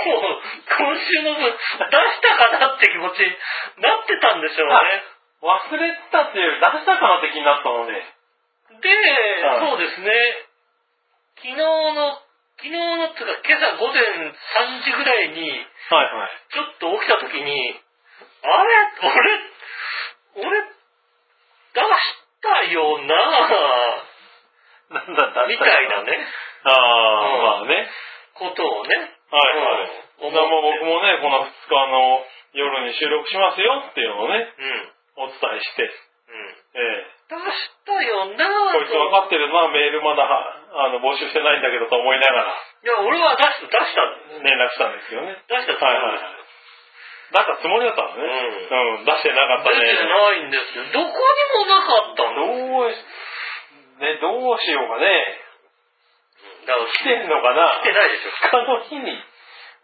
[SPEAKER 2] もう、今週の分、出したかなって気持ちになってたんでしょうね。
[SPEAKER 3] 忘れてたっていうより出したかなって気になったので。
[SPEAKER 2] で、
[SPEAKER 3] はい
[SPEAKER 2] そうですね、昨日の、昨日のっていうか、今朝午前3時ぐらいに、
[SPEAKER 3] はいはい。
[SPEAKER 2] ちょっと起きた時に、あれ俺、俺、出したよなぁ、
[SPEAKER 3] なんだ、出
[SPEAKER 2] み
[SPEAKER 3] したた
[SPEAKER 2] いな。ね、
[SPEAKER 3] ああ、まあね。
[SPEAKER 2] ことをね、
[SPEAKER 3] はいはい。
[SPEAKER 2] うん
[SPEAKER 3] でも僕もね、この2日の夜に収録しますよっていうのをね、
[SPEAKER 2] うん。
[SPEAKER 3] お伝えして、
[SPEAKER 2] うん
[SPEAKER 3] ええ
[SPEAKER 2] 出したよな
[SPEAKER 3] こいつ分
[SPEAKER 2] ぁと。
[SPEAKER 3] かってるな、メールまだあの募集してないんだけどと思いながら
[SPEAKER 2] いや、俺は出した、出した、
[SPEAKER 3] 連絡したんですよね。
[SPEAKER 2] 出したつも
[SPEAKER 3] はい
[SPEAKER 2] り
[SPEAKER 3] はい
[SPEAKER 2] です。
[SPEAKER 3] 出したつもりだったのね。うん、出してなかった
[SPEAKER 2] 出
[SPEAKER 3] ね。
[SPEAKER 2] てないんですよ。どこにもなかった
[SPEAKER 3] ど
[SPEAKER 2] の。
[SPEAKER 3] うし、ね、どうしようかね。
[SPEAKER 2] だから
[SPEAKER 3] 来
[SPEAKER 2] 来
[SPEAKER 3] て
[SPEAKER 2] て
[SPEAKER 3] んのかな
[SPEAKER 2] 来てないでしょ。
[SPEAKER 3] 2日の日に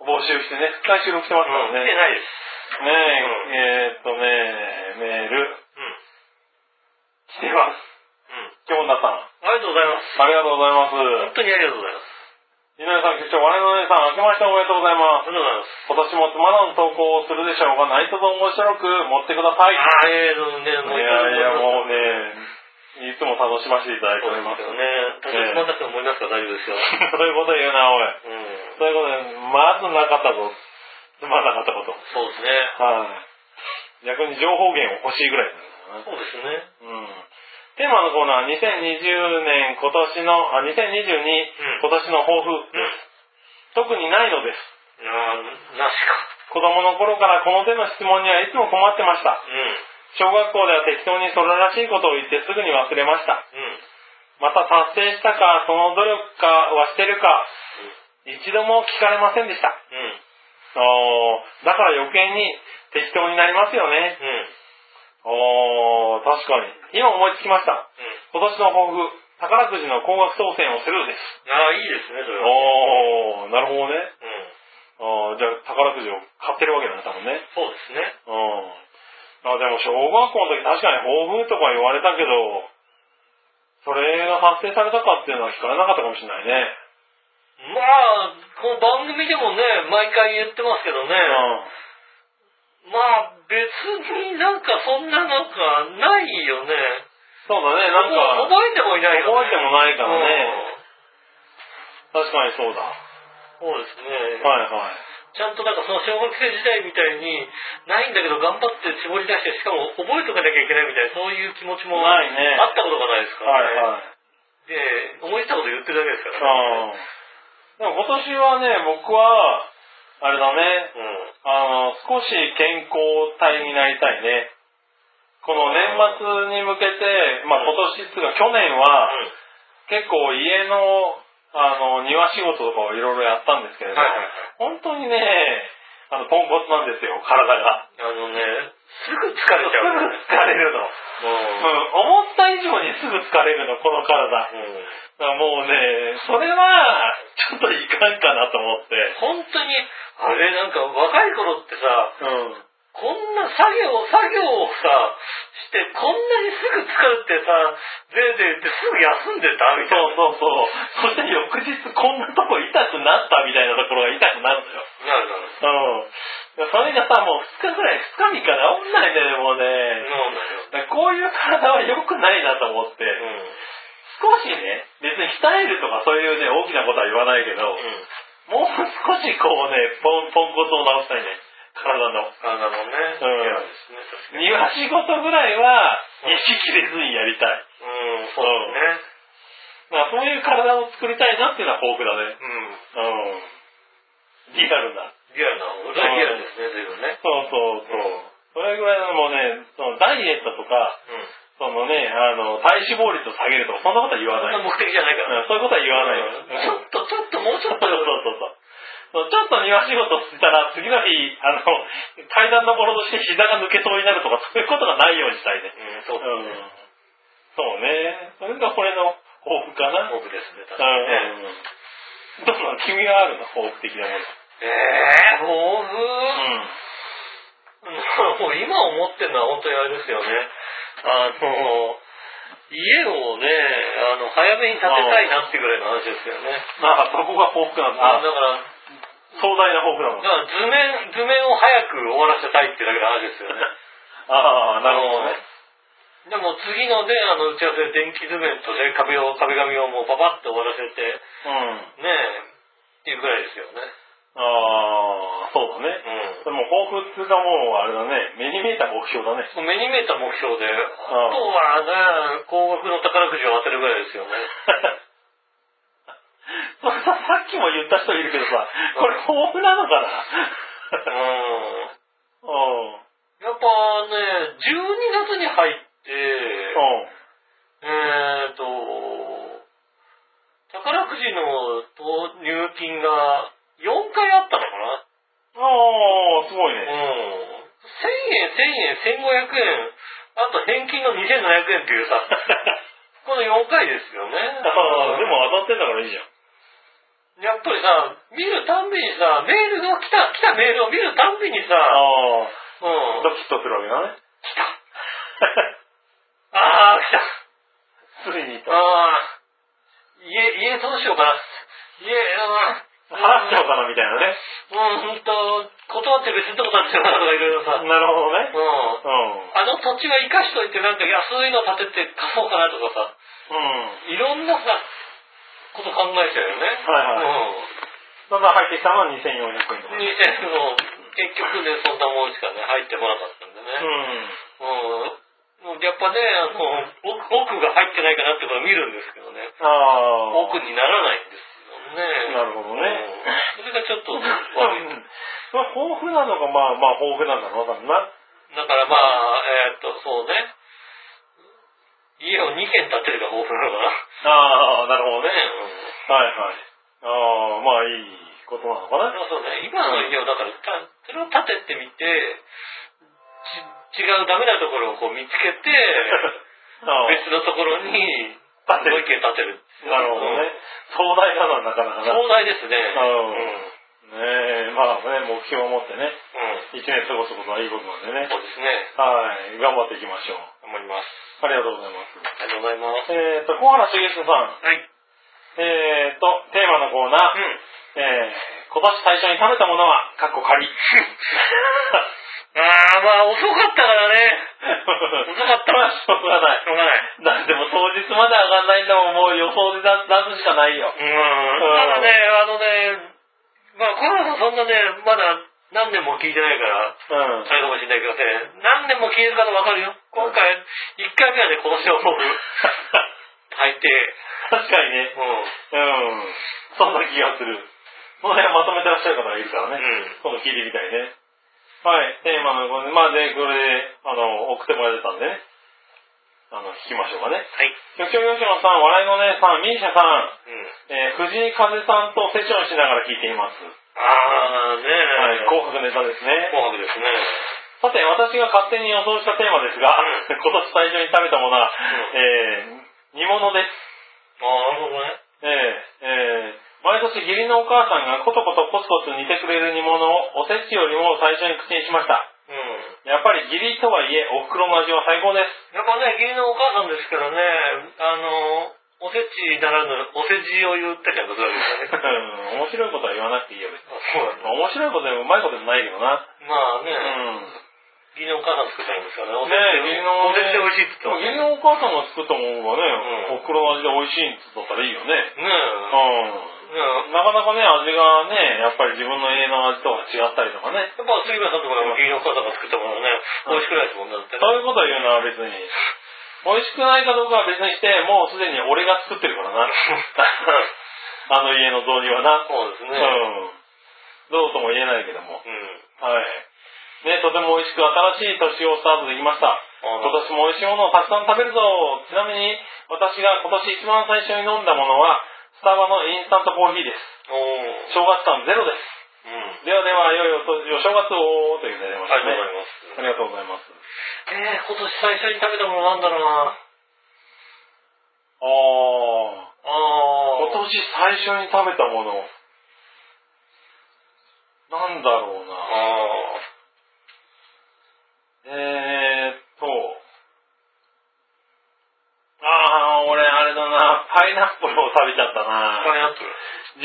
[SPEAKER 3] 募集してね、2日収録してますから
[SPEAKER 2] 来て
[SPEAKER 3] ね。
[SPEAKER 2] ないです。
[SPEAKER 3] ねえ、えーっとね、メール、
[SPEAKER 2] うん。
[SPEAKER 3] 来てます。
[SPEAKER 2] うん。
[SPEAKER 3] 今日女さん、
[SPEAKER 2] ありがとうございます。
[SPEAKER 3] ありがとうございます。
[SPEAKER 2] 本当にありがとうございます。
[SPEAKER 3] 井上さん、局長、我々の姉さん、明けましておめでとうございま
[SPEAKER 2] あ
[SPEAKER 3] す。
[SPEAKER 2] りがとうございます。
[SPEAKER 3] 今年もつまらぬ投稿をするでしょうが、何卒面白く持ってください。
[SPEAKER 2] あーえーとね、
[SPEAKER 3] いやいや、もう
[SPEAKER 2] ね。
[SPEAKER 3] ね、いつも楽しませていただいて
[SPEAKER 2] そう
[SPEAKER 3] お
[SPEAKER 2] で
[SPEAKER 3] りますす。そ
[SPEAKER 2] よ
[SPEAKER 3] う [laughs]
[SPEAKER 2] ね。多少つまんなくても思いますから大丈夫 [laughs] ですよ。
[SPEAKER 3] いうこと言うな、おい。
[SPEAKER 2] うん。
[SPEAKER 3] そういうこと言うまずなかったぞ。つまらなかったこと。
[SPEAKER 2] そうですね。
[SPEAKER 3] はい。逆に情報源を欲しいぐらいだな
[SPEAKER 2] そうですね。
[SPEAKER 3] うん。テーマのコーナー、2020年今年の、あ、2022、今年の抱負です。特にないのです。
[SPEAKER 2] な、なしか。
[SPEAKER 3] 子供の頃からこの手の質問にはいつも困ってました。小学校では適当にそれらしいことを言ってすぐに忘れました。また達成したか、その努力かはしてるか、一度も聞かれませんでした。あーだから余計に適当になりますよね。あー確かに。今思いつきました。今年の抱負、宝くじの高額当選をするです。
[SPEAKER 2] ああ、いいですね、それは。
[SPEAKER 3] おー、なるほどね。あ
[SPEAKER 2] うん
[SPEAKER 3] ーじゃあ宝くじを買ってるわけだね、多分ね。
[SPEAKER 2] そうですね。
[SPEAKER 3] うん。あでも小学校の時確かに抱負とか言われたけど、それが発生されたかっていうのは聞かれなかったかもしれないね。
[SPEAKER 2] まあ、この番組でもね、毎回言ってますけどね、まあ、別になんかそんななんかないよね。
[SPEAKER 3] そうだね、なんか、
[SPEAKER 2] 覚えてもいないよね。
[SPEAKER 3] 覚えてもないからね
[SPEAKER 2] う
[SPEAKER 3] 確かにそうだ。は
[SPEAKER 2] んそうですね。
[SPEAKER 3] いはい。
[SPEAKER 2] ちゃんとなんかその小学生時代みたいに、ないんだけど頑張って絞り出して、しかも覚えとかなきゃいけないみたいな、そういう気持ちも
[SPEAKER 3] ないね
[SPEAKER 2] あったことがないですから
[SPEAKER 3] はい
[SPEAKER 2] ね。
[SPEAKER 3] はい。
[SPEAKER 2] で、思いついたこと言ってるだけですからね。
[SPEAKER 3] うん。でも今年はね、僕は、あれだね、
[SPEAKER 2] うん。
[SPEAKER 3] あの、少し健康体になりたいね。この年末に向けて、まあ今年っていうか去年は、結構家の、あの、庭仕事とかをいろいろやったんですけれど、
[SPEAKER 2] はいはいはい
[SPEAKER 3] 本当にね、あの、ポンコツなんですよ、体が。
[SPEAKER 2] あのね、すぐ疲れち
[SPEAKER 3] すぐ
[SPEAKER 2] ゃう。
[SPEAKER 3] 疲れるの。うん、
[SPEAKER 2] う
[SPEAKER 3] 思った以上にすぐ疲れるの、この体。
[SPEAKER 2] ん。うん
[SPEAKER 3] だからもうね、それは、ちょっといかんかなと思って。
[SPEAKER 2] 本当に、あれなんか若い頃ってさ、
[SPEAKER 3] うん。
[SPEAKER 2] こんな作業、作業をさ、して、こんなにすぐ疲れてさ、ぜいぜい言ってすぐ休んでたみたいな。
[SPEAKER 3] そうそうそう。そして翌日こんなとこ痛くなったみたいなところが痛くなるのよ。
[SPEAKER 2] なるなる。
[SPEAKER 3] うん。それがさ、もう2日ぐらい、2日3日治んないね、もう
[SPEAKER 2] そう
[SPEAKER 3] ね。
[SPEAKER 2] なのよ。
[SPEAKER 3] だからこういう体は良くないなと思って、
[SPEAKER 2] うん。
[SPEAKER 3] 少しね、別に鍛えるとかそういうね、大きなことは言わないけど、
[SPEAKER 2] うん。
[SPEAKER 3] もう少しこうね、ポン、ポンコツを直したいね、体の。
[SPEAKER 2] 体のね、
[SPEAKER 3] うん
[SPEAKER 2] ケアですね、確かに。
[SPEAKER 3] 庭仕事ぐらいは
[SPEAKER 2] うん、
[SPEAKER 3] 意識切れずにやりたい。
[SPEAKER 2] うん、そうだね。
[SPEAKER 3] まあ、そういう体を作りたいなっていうのは抱負だね。
[SPEAKER 2] うん。
[SPEAKER 3] うん。リアルな。
[SPEAKER 2] リアルな、俺はリアルですね、随分ね。
[SPEAKER 3] そうそうそう。それぐらいのもうね、そのダイエットとか、
[SPEAKER 2] うん。
[SPEAKER 3] そのね、あの、体脂肪率を下げるとか、そんなことは言わ
[SPEAKER 2] そん
[SPEAKER 3] ない。
[SPEAKER 2] な目的じゃないか
[SPEAKER 3] う
[SPEAKER 2] ら。
[SPEAKER 3] んそういうことは言わない。
[SPEAKER 2] ちょっと、ちょっと、もうち
[SPEAKER 3] そ
[SPEAKER 2] ょ
[SPEAKER 3] う
[SPEAKER 2] っ
[SPEAKER 3] そ
[SPEAKER 2] と。
[SPEAKER 3] うそうそう。ちょっと庭仕事したら、次の日、あの、階段登ろうとして膝が抜けそうになるとか、そういうことがないようにしたいね。
[SPEAKER 2] うん、そううだ
[SPEAKER 3] ん
[SPEAKER 2] ね。。
[SPEAKER 3] そうね。それがこれの抱負かな。
[SPEAKER 2] 僕ですね、確かにね。
[SPEAKER 3] どうなの君はあるの抱負的なもの。
[SPEAKER 2] ええー、抱負、
[SPEAKER 3] ん。
[SPEAKER 2] もう今思ってるのは本当にあれですよね。あの、家をね、あの、早めに建てたいなってぐらいの話ですよね。
[SPEAKER 3] あそこが抱負なん
[SPEAKER 2] あだ
[SPEAKER 3] だ。
[SPEAKER 2] から、
[SPEAKER 3] 壮大な抱負な
[SPEAKER 2] だ
[SPEAKER 3] の
[SPEAKER 2] か。ら図面、図面を早く終わらせたいってだけの話ですよね。
[SPEAKER 3] ああ、
[SPEAKER 2] あ
[SPEAKER 3] [laughs] なるほど
[SPEAKER 2] の
[SPEAKER 3] ね。
[SPEAKER 2] でも次のね、あの打ち合わせで電気図面とね、壁を、壁紙をもうパパッと終わらせて、
[SPEAKER 3] うん。
[SPEAKER 2] ねっていうぐらいですよね。
[SPEAKER 3] ああ、そうだね。でも抱負っていうかもう、あれだね。目に見えた目標だね。
[SPEAKER 2] うん。目に見えた目標で、あとはね、高額の宝くじを当てるぐらいで
[SPEAKER 3] [laughs]
[SPEAKER 2] すよね。
[SPEAKER 3] [laughs] それさ、さっきも言った人いるけどさ、これ抱負なのかな
[SPEAKER 2] うん。
[SPEAKER 3] うん。うん。
[SPEAKER 2] やっぱね、12月に入って、えーと、宝くじの投入金が4回あったのかな
[SPEAKER 3] ああ、すごい
[SPEAKER 2] うん。1000
[SPEAKER 3] ね。
[SPEAKER 2] 円、1000円、1500円、あと返金の2700円ってい
[SPEAKER 3] [laughs]
[SPEAKER 2] うさ、この4回ですよね。
[SPEAKER 3] ああ、でも当たってんだからいいじゃん。
[SPEAKER 2] やっぱりさ、見るたんびにさ、メールが来た、来たメールを見るたんびにさ、
[SPEAKER 3] ああ。
[SPEAKER 2] うん。
[SPEAKER 3] ドキッとするわけだ [laughs] ね。
[SPEAKER 2] 来た。ああ、来た。
[SPEAKER 3] ついにと。
[SPEAKER 2] ああ、家、家どうしようかな。家、うん。
[SPEAKER 3] 払っちゃおうかなみたいなね。
[SPEAKER 2] うん、ほんと、断って別にとこ建ててもらうとかいろいろさ。うん。
[SPEAKER 3] なるほどね。
[SPEAKER 2] あの土地は生かしといてなんか安いの建てて貸そうかなとかさ、
[SPEAKER 3] うん。うん。
[SPEAKER 2] いろんなさ、こと考えちゃうよね。
[SPEAKER 3] はいただ入ってきたのは2400円とか。
[SPEAKER 2] うん。2000の、結局ね、そんなもんしかね、入ってこなかったんで
[SPEAKER 3] う
[SPEAKER 2] ね。
[SPEAKER 3] ん。
[SPEAKER 2] うん。もうやっぱね、あの、奥奥が入ってないかなってことを見るんですけどね。
[SPEAKER 3] あ [laughs] あ。
[SPEAKER 2] 奥にならないんですよね。
[SPEAKER 3] なるほどね
[SPEAKER 2] うんそれがちょっ
[SPEAKER 3] [laughs]
[SPEAKER 2] と、
[SPEAKER 3] う
[SPEAKER 2] 悪い
[SPEAKER 3] んまあ、豊富なのが、まあまあ、豊富なんだろうな、多分な。
[SPEAKER 2] だからまあ、えーっと、そうね。家を2軒建てるが豊富なのかな。
[SPEAKER 3] ああ、なるほどね。
[SPEAKER 2] うん
[SPEAKER 3] はいはい。ああ、まあ、いいことなのかな。
[SPEAKER 2] そうね、今の家をだから、たそれを建ててみて、ち違うダメなところをこう見つ
[SPEAKER 3] [laughs]
[SPEAKER 2] けて、
[SPEAKER 3] ああ
[SPEAKER 2] 別のところに、
[SPEAKER 3] 建てる
[SPEAKER 2] もう一軒建てる。
[SPEAKER 3] なるほどね。壮大だな、なかな
[SPEAKER 2] う
[SPEAKER 3] か
[SPEAKER 2] ん。
[SPEAKER 3] な。
[SPEAKER 2] 壮大ですね。
[SPEAKER 3] うん
[SPEAKER 2] うん。
[SPEAKER 3] ねえ、まあね、目標を持ってね、
[SPEAKER 2] う
[SPEAKER 3] 一年過ごすことはいいことなんでね
[SPEAKER 2] ん。。そうですね。
[SPEAKER 3] はい、頑張っていきましょう。
[SPEAKER 2] 頑張ります。
[SPEAKER 3] ありがとうございます。
[SPEAKER 2] ありがとうございます。
[SPEAKER 3] えっ、と、小原茂さん。
[SPEAKER 2] はい。う
[SPEAKER 3] えっ、と、テーマのコーナー。
[SPEAKER 2] ん。
[SPEAKER 3] えー、今年最初に食べたものは、かっこ仮。
[SPEAKER 2] ああ、まあ遅かったからね。遅かった。
[SPEAKER 3] まあしょうがない
[SPEAKER 2] しょうがない。
[SPEAKER 3] だってもう当日まで上がんないんだもん、もう予想で出すしかないよ。
[SPEAKER 2] うん。ただね、あのね、まあ、コロナそんなね、まだ何年も聞いてないから、
[SPEAKER 3] うん。
[SPEAKER 2] あれかもしれないけどね、何年も聞いてるからわかるよ。今回、1回目はね、今年 [laughs] は思う。大抵。
[SPEAKER 3] 確かにね。
[SPEAKER 2] うん。
[SPEAKER 3] うん。そんな気がする。その辺まとめてらっしゃる方がいるからね。
[SPEAKER 2] うん
[SPEAKER 3] 今度聞いてみたいね。はい。テーマのこれ、まあね、これで、あの、送ってもらえてたんでね。あの、聞きましょうかね。
[SPEAKER 2] はい。
[SPEAKER 3] 局長吉野さん、笑いのお姉さん、ミーシャさん、
[SPEAKER 2] うん。
[SPEAKER 3] えー藤井風さんとセッションしながら聞いています。
[SPEAKER 2] あーね
[SPEAKER 3] はい
[SPEAKER 2] え。。
[SPEAKER 3] 紅白ネタですね。
[SPEAKER 2] 紅白ですね。
[SPEAKER 3] さて、私が勝手に予想したテーマですが、
[SPEAKER 2] う
[SPEAKER 3] 今年最初に食べたものは、えー煮物です。
[SPEAKER 2] ああ、なるほどね。
[SPEAKER 3] えーえー毎年義理のお母さんがコトコトコツコツ煮てくれる煮物をおせちよりも最初に口にしました。
[SPEAKER 2] うん。
[SPEAKER 3] やっぱり義理とはいえ、お袋の味は最高です。
[SPEAKER 2] やっぱね、義理のお母さんですからね、あの、おせちならぬ、おせちを言ったりなんかするわけですからね。
[SPEAKER 3] 面白いことは言わなくていいよ、別に
[SPEAKER 2] あそうなんだ
[SPEAKER 3] 面白いことでもうまいことでもないけどな。
[SPEAKER 2] まあね、
[SPEAKER 3] うん。
[SPEAKER 2] 義理のお母さん作ったんですからね、おせ
[SPEAKER 3] ね
[SPEAKER 2] ち、
[SPEAKER 3] 義理の
[SPEAKER 2] おせちで美味しいって言っ
[SPEAKER 3] 義
[SPEAKER 2] てまし
[SPEAKER 3] 理
[SPEAKER 2] たね。
[SPEAKER 3] のお母さんが作ったものがね、
[SPEAKER 2] うん
[SPEAKER 3] お袋の味で美味しいって言ったらいいよね。うん。
[SPEAKER 2] ねえ、ねえ、
[SPEAKER 3] なかなかね、味がね、やっぱり自分の家の味とは違ったりとかね。
[SPEAKER 2] やっぱ杉村さんとかでも義理のお母さんが作ったものね、美味しくないですもんだってね。
[SPEAKER 3] そういうことを言うのは別に、美味しくないかどうかは別にして、もうすでに俺が作ってるからな。あの家の雑煮はな。
[SPEAKER 2] そうです
[SPEAKER 3] う
[SPEAKER 2] ね。
[SPEAKER 3] ん。どうとも言えないけども。
[SPEAKER 2] うん。
[SPEAKER 3] はい。ね、とても美味しく新しい年をスタートできました。今
[SPEAKER 2] あの
[SPEAKER 3] 年も美味しいものをたくさん食べるぞちなみに、私が今年一番最初に飲んだものは、スタバのインスタントコーヒーです。
[SPEAKER 2] おー
[SPEAKER 3] 正月感ゼロです。
[SPEAKER 2] うん。
[SPEAKER 3] ではでは、良いお年を正月をというね、
[SPEAKER 2] ありがとうございます。
[SPEAKER 3] ありがとうございます。
[SPEAKER 2] えー、今年最初に食べたものなんだろうな。
[SPEAKER 3] ああ、
[SPEAKER 2] あ
[SPEAKER 3] 今
[SPEAKER 2] ー。
[SPEAKER 3] 年最初に食べたもの。なんだろうな。
[SPEAKER 2] あー。
[SPEAKER 3] えーっと。ああ、俺あれだな。パイナップルを食べちゃったな。
[SPEAKER 2] パイナップル。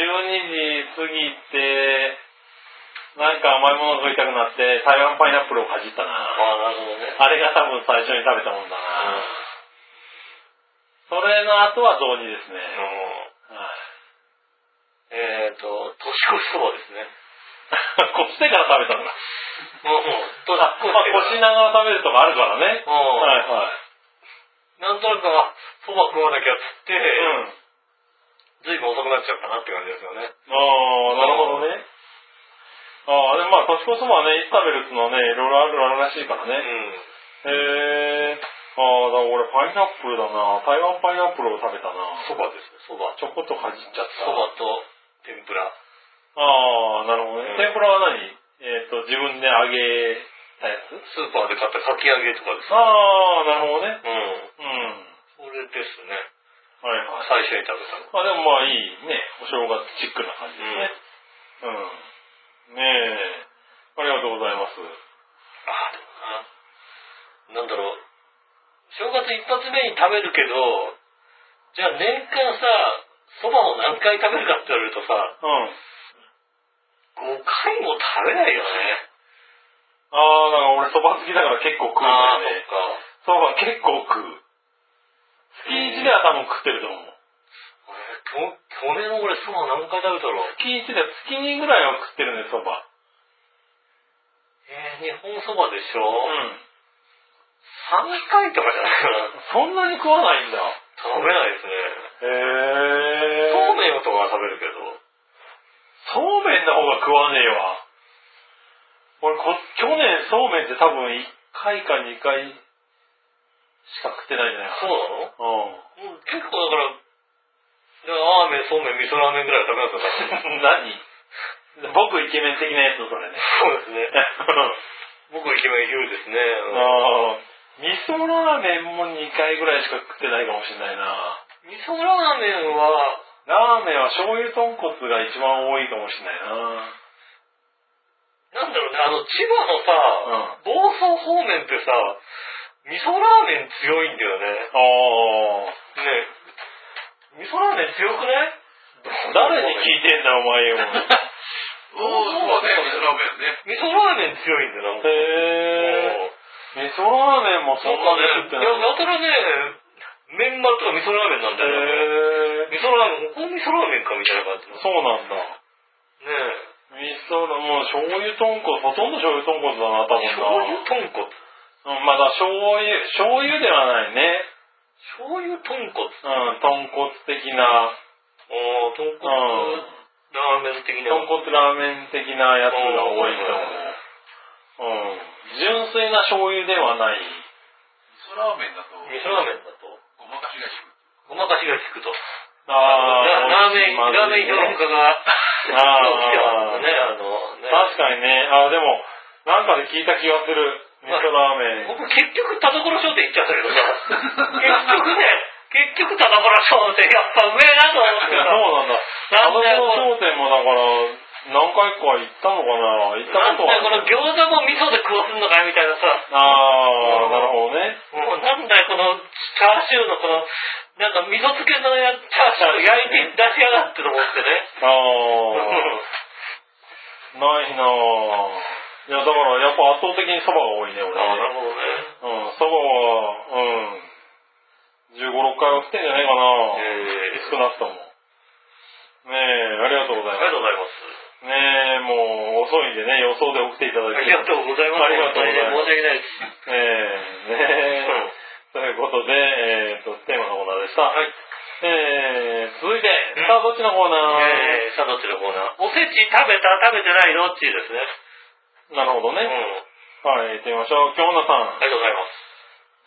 [SPEAKER 3] 12時過ぎて、なんか甘いもの食いたくなって、台湾パイナップルをかじった
[SPEAKER 2] あ
[SPEAKER 3] な。
[SPEAKER 2] あ、なるほどね。
[SPEAKER 3] あれが多分最初に食べたもんだな。それの後は雑煮ですね。
[SPEAKER 2] あの
[SPEAKER 3] はい
[SPEAKER 2] えっ、ー、と、年越しそばですね。
[SPEAKER 3] [laughs] こしてから食べたんだ。
[SPEAKER 2] もう、もう、年
[SPEAKER 3] あ
[SPEAKER 2] 越
[SPEAKER 3] まあ、こ
[SPEAKER 2] し
[SPEAKER 3] し
[SPEAKER 2] て
[SPEAKER 3] ながら食べるとかあるからね。
[SPEAKER 2] から。うん。
[SPEAKER 3] はいはい。
[SPEAKER 2] なんとなく、あそば食わなきゃっつって、
[SPEAKER 3] うん。
[SPEAKER 2] ずいぶん遅くなっちゃったなって感じですよね。
[SPEAKER 3] ああ、なるほどね。ああ、でもまあ、年越しそばはね、いつ食べるっていうのはね、いろいろあるらしいから
[SPEAKER 2] う
[SPEAKER 3] ね。
[SPEAKER 2] ん。
[SPEAKER 3] へえ。ああ、だから俺パイナップルだな。台湾パイナップルを食べたな。
[SPEAKER 2] そばですね、そば。
[SPEAKER 3] ちょこっとかじっちゃった。
[SPEAKER 2] そばと天ぷら。
[SPEAKER 3] ああ、なるほど
[SPEAKER 2] う
[SPEAKER 3] ね。
[SPEAKER 2] ん
[SPEAKER 3] 天ぷらは何えっ、と、自分で揚げたやつ
[SPEAKER 2] スーパーで買ったかき揚げとかですね。
[SPEAKER 3] ああ、なるほどね。
[SPEAKER 2] うん。
[SPEAKER 3] うん。
[SPEAKER 2] それですね。
[SPEAKER 3] はいはい。
[SPEAKER 2] 最初に食べたの。
[SPEAKER 3] まあでもまあいいね、お正月チックな感じですね。うん。ねえ、ありがとうございます。
[SPEAKER 2] ああ、でもな。なんだろう。正月一発目に食べるけど、じゃあ年間さ、そばを何回食べるかって言われるとさ、
[SPEAKER 3] うん。
[SPEAKER 2] 5回も食べないよね。
[SPEAKER 3] ああ、だから俺そば好きだから結構食うん
[SPEAKER 2] ああ、
[SPEAKER 3] だ
[SPEAKER 2] そ
[SPEAKER 3] よ
[SPEAKER 2] っ
[SPEAKER 3] ね。
[SPEAKER 2] か。
[SPEAKER 3] そば結構食う。月1では多分食ってると思う。
[SPEAKER 2] 俺去去年俺そば何回食べたろう。
[SPEAKER 3] 月1では月2ぐらいは食ってるね、そば。
[SPEAKER 2] えー、日本そばでしょ、
[SPEAKER 3] うん。
[SPEAKER 2] 三 ?3 回とかじゃないかな。
[SPEAKER 3] そんなに食わないんだ。
[SPEAKER 2] 食べないですね。
[SPEAKER 3] へえ
[SPEAKER 2] そうめんとかは食べるけど。
[SPEAKER 3] そうめんの方が食わねえわ。俺こ、去年そうめんって多分1回か2回しか食ってないんじゃない
[SPEAKER 2] そうなの
[SPEAKER 3] かな。うん。
[SPEAKER 2] もう結構だから、でラーメン、そうめん、味噌ラーメンぐらいは食べな
[SPEAKER 3] [laughs]
[SPEAKER 2] かったから。
[SPEAKER 3] 何僕イケメン的なやつだ、それね。
[SPEAKER 2] そうですね。僕イケメンヒューですね。うん
[SPEAKER 3] ああ。味噌ラーメンも2回ぐらいしか食ってないかもしれないな。
[SPEAKER 2] 味噌ラーメンは、
[SPEAKER 3] ラーメンは醤油豚骨が一番多いかもしれない
[SPEAKER 2] なんだろうね、あの、千葉のさ、房総方面ってさ、味噌ラーメン強いんだよね。
[SPEAKER 3] な。ああ。
[SPEAKER 2] ね味噌ラーメン強くない
[SPEAKER 3] 誰に聞いてんだ、お前 [laughs] よ。
[SPEAKER 6] おお、そうだね、味噌ラー
[SPEAKER 2] 味
[SPEAKER 6] メンね。
[SPEAKER 2] 噌ラーメン強いんだよ、なんか。
[SPEAKER 3] へえ。味噌ラーメンもそ
[SPEAKER 2] そ
[SPEAKER 3] ん
[SPEAKER 2] う
[SPEAKER 3] な
[SPEAKER 2] か
[SPEAKER 3] に
[SPEAKER 2] ね、
[SPEAKER 3] 食っ
[SPEAKER 2] い
[SPEAKER 3] て
[SPEAKER 2] や、
[SPEAKER 3] ない。
[SPEAKER 2] やたらね、メンマとか味噌ラーメンなんだよね。
[SPEAKER 3] へえ。
[SPEAKER 2] 味噌ラーメン、ここ味噌ラーメンかみたいな感じの。ね
[SPEAKER 3] そうなんだ。
[SPEAKER 2] え。
[SPEAKER 3] 味噌ラーメン、もう醤油豚骨、ほとんど醤油豚骨だな、多分
[SPEAKER 2] 醤油
[SPEAKER 3] な。
[SPEAKER 2] 豚骨。
[SPEAKER 3] うん、まだ醤油、醤油ではないね。
[SPEAKER 2] 醤油豚骨。
[SPEAKER 3] うん、豚骨的な、
[SPEAKER 2] おー、豚骨
[SPEAKER 3] うん
[SPEAKER 2] ラーメン的な。
[SPEAKER 3] 豚骨ラーメン的なやつが多いんだよね。うん。純粋な醤油ではない。
[SPEAKER 6] 味噌ラーメンだと、
[SPEAKER 2] 味噌ラーメンだと、
[SPEAKER 6] ごまかしが効く。
[SPEAKER 2] ごまかしが効くと。
[SPEAKER 3] あ
[SPEAKER 2] ララーメン、ラーメン評論家が、
[SPEAKER 3] あー
[SPEAKER 2] そう来てますね、あの、ね。
[SPEAKER 3] 確かにね。あ、でも、なんかで聞いた気がする。味噌ラーメン。
[SPEAKER 2] 僕結局田所商店行っちゃったけどさ、結局ね、結局田所商店やっぱうめえなと思っ
[SPEAKER 3] そう
[SPEAKER 2] てさ、
[SPEAKER 3] なんだ。あ
[SPEAKER 2] なん
[SPEAKER 3] の
[SPEAKER 2] だよこの
[SPEAKER 3] 商店もだから、何回か行ったのかな行った
[SPEAKER 2] なん
[SPEAKER 3] ことは
[SPEAKER 2] だよこの餃子も味噌で食わすんのかよみたいなさ、
[SPEAKER 3] あー、なるほどね。
[SPEAKER 2] もうなんだよこのチャーシューのこの、なんか味噌漬けのやチャーシューを焼いて出しやがってと思ってね。
[SPEAKER 3] あー、ないなぁ。いや、だからやっぱ圧倒的に蕎麦が多いね、俺。
[SPEAKER 2] ああ、なるほどね。
[SPEAKER 3] うん、そばは、うん、15、6回は来てんじゃないかな、
[SPEAKER 2] えー
[SPEAKER 3] 少なくとも。ねえ、ありがとうござ
[SPEAKER 2] あ
[SPEAKER 3] い
[SPEAKER 2] りがとう
[SPEAKER 3] ま
[SPEAKER 2] ございます。
[SPEAKER 3] す。ねえ、もう遅いんでね、予想で送っていただ
[SPEAKER 2] あ
[SPEAKER 3] き
[SPEAKER 2] りがとうございます。
[SPEAKER 3] ありがとうございます
[SPEAKER 2] 本当にね申し
[SPEAKER 3] ねえ、
[SPEAKER 2] 訳ないです。
[SPEAKER 3] ねえ、ということで、えー、と、テーマのコーナーでした。
[SPEAKER 2] はい。
[SPEAKER 3] えー、続いて、さあ、どっちのコーナー、
[SPEAKER 2] えー、さあどっちのコーナーおせち食べた食べてないのっていうですね。
[SPEAKER 3] なるほど
[SPEAKER 2] うん。
[SPEAKER 3] ね。
[SPEAKER 2] あ
[SPEAKER 3] はい、行ってみましょう。京奈さん。
[SPEAKER 2] りがとうございます。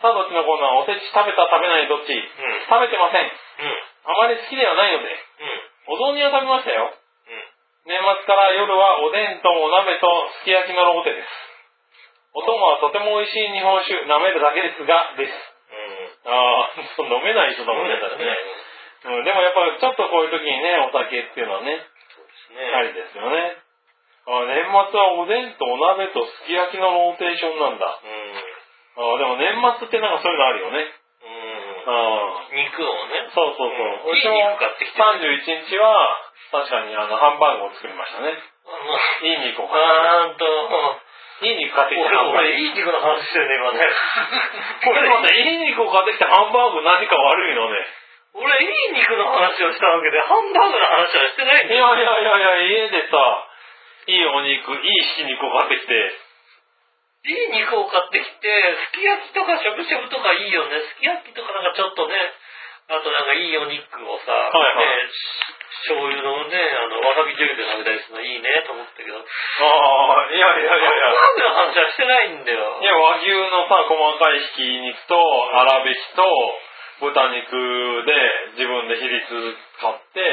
[SPEAKER 3] さあ、どっちのコーナー、おせち食べた、食べない、どっち、
[SPEAKER 2] ん
[SPEAKER 3] 食べてません。
[SPEAKER 2] うん。
[SPEAKER 3] あまり好きではないので、
[SPEAKER 2] うん。
[SPEAKER 3] お雑煮は食べましたよ。
[SPEAKER 2] うん。
[SPEAKER 3] 年末から夜はおでんとお鍋とすき焼きのローテです。お供はとても美味しい日本酒、舐めるだけですが、です。
[SPEAKER 2] う
[SPEAKER 3] ああ、 [laughs] そう飲めない人だもん
[SPEAKER 2] ん。
[SPEAKER 3] ね、
[SPEAKER 2] そう
[SPEAKER 3] 確かにね。うん、でもやっぱりちょっとこういう時にね、お酒っていうのはね、
[SPEAKER 2] です
[SPEAKER 3] あ
[SPEAKER 2] ね。
[SPEAKER 3] りですよね。あー年末はおでんとお鍋とすき焼きのローテーションなんだ。あーでも年末ってなんかそういうのあるよね。
[SPEAKER 2] うん。うん。
[SPEAKER 3] あー
[SPEAKER 2] 肉をね。
[SPEAKER 3] そうそうそう。
[SPEAKER 2] うん
[SPEAKER 3] うちも
[SPEAKER 2] いい肉買ってきて
[SPEAKER 3] 31日は、確かにあの、ハンバーグを作りましたね。
[SPEAKER 2] あ
[SPEAKER 3] いい肉を買って
[SPEAKER 2] ーんと、
[SPEAKER 3] いい肉買ってきて、
[SPEAKER 2] 俺、
[SPEAKER 3] ハンバーグ。
[SPEAKER 2] 俺、いい肉の話してるね、今ね。
[SPEAKER 3] これまたいい肉を買ってきてハンバーグ何か悪いのね。
[SPEAKER 2] 俺、いい肉の話をしたわけで、ハンバーグの話はしてないん
[SPEAKER 3] い
[SPEAKER 2] だ
[SPEAKER 3] やい
[SPEAKER 2] よ。
[SPEAKER 3] やいやいや、家でさ、いいお肉、いいひき肉を買ってきて、
[SPEAKER 2] いい肉を買ってきて、すき焼きとかしゃぶしゃぶとかいいよね。すき焼きとかなんかちょっとね、あとなんかいいお肉をさ、
[SPEAKER 3] はいはい
[SPEAKER 2] ねし醤油のね、あの、わさび醤油で食べたりするのいいねと思ったけど、
[SPEAKER 3] ああ、いやいやいやいや。
[SPEAKER 2] ハンバーグの話はしてないんだよ。
[SPEAKER 3] いや、和牛のさ、細かいひき肉と、粗挽きと、豚肉で自分で比率買って、